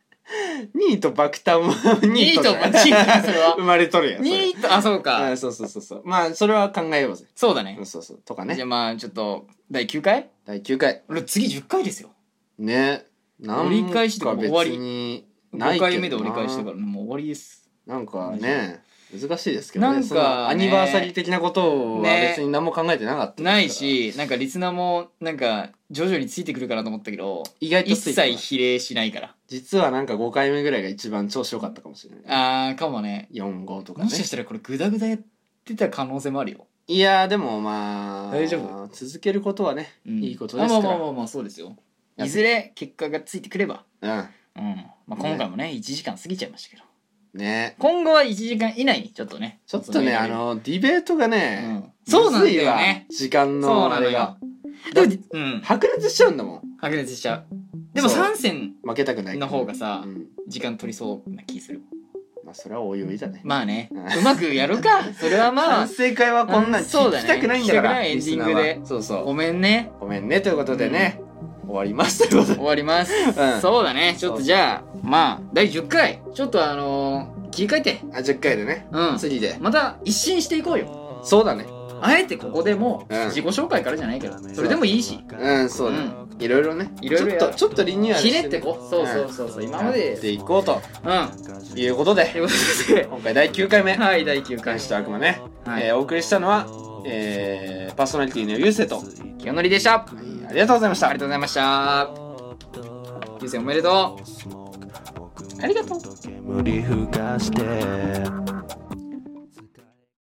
ニート爆誕は
ニート
だ
バチンだそれは
<laughs> 生まれとるやんそれ
ニートあそう
あ
か
そうそうそうそうまあそれは考えようぜ
そうだ
う
ね
んそうそうとか
じゃ
ね
あまあちょっと第9回
第9回
俺次10回ですよ
ねなんか
折り返しとかも終わり
別にない
5
けどな
回目で折り返してからもう終わりです
なんかね難しいですけどね
なんかね
そのアニバーサリー的なことは
ね
別に何も考えてなかったですから
ないしなんかリスナーもなんか徐々についてくるかなと思ったけど
意外と
一
ついてない
切比例しないから
実はなんか5回目ぐらいが一番調子良かったかもしれない
あーかもね
45とか
も
ね
しかしたらこれグダグダやってた可能性もあるよ、
いやーでもまあ
大丈夫
続けることはね
うん
いいことですから
あまあまあまあまあそうですよ
やっ
いずれ結果がついてくれば、
うん
うんまあ、今回もね1時間過ぎちゃいましたけど
ね
今後は1時間以内にちょっとね
ちょっとねあ、のディベートが
う
ね、
ん、そうなんだ
むずい
よ
わ
ね
時間
そう
の
な
あ
の
れ
よ
が
でもうん
白熱しちゃうんだもん
白熱しちゃうでも
そう
3戦
負けたくない
の方がさ
うん、
時間取りそうな気する
まあそれはおいおいだね、
まあね
うん
うまくやる
<laughs>
かそれはまあ
反省会はこんなん
うんそ
聞
うだ
き
ね
たくないんだから、
聞きたくないエンディングで
リスナーはそうそう
ごめんね
ごめんねということでね、終わりますということで
終わります、
うん
そうだねちょっとじゃあまあ第10回ちょっとあのー、切り替えて
あ10回でね
うん
次で
また一新していこうよ
そうだね
あえてここでもう
うん
自己紹介からじゃないけど、それでもいいし
うんそうだね、いろいろね
いろいろや
ちょっとちょっとリニューアル
ひ
て
ねってこうそうそうそうそう今ま
や
で
っていこうと
うん
いうこと
とい
で
うことで
今回第9回目
はい第9
「感
回
謝と悪魔ね」
はい
えーお送りしたのは、えーパーソナリティのゆうせいと
清則でした
ありがとうございました
ありがとうございました。優先おめでとう。ありがとう。
煙ふかして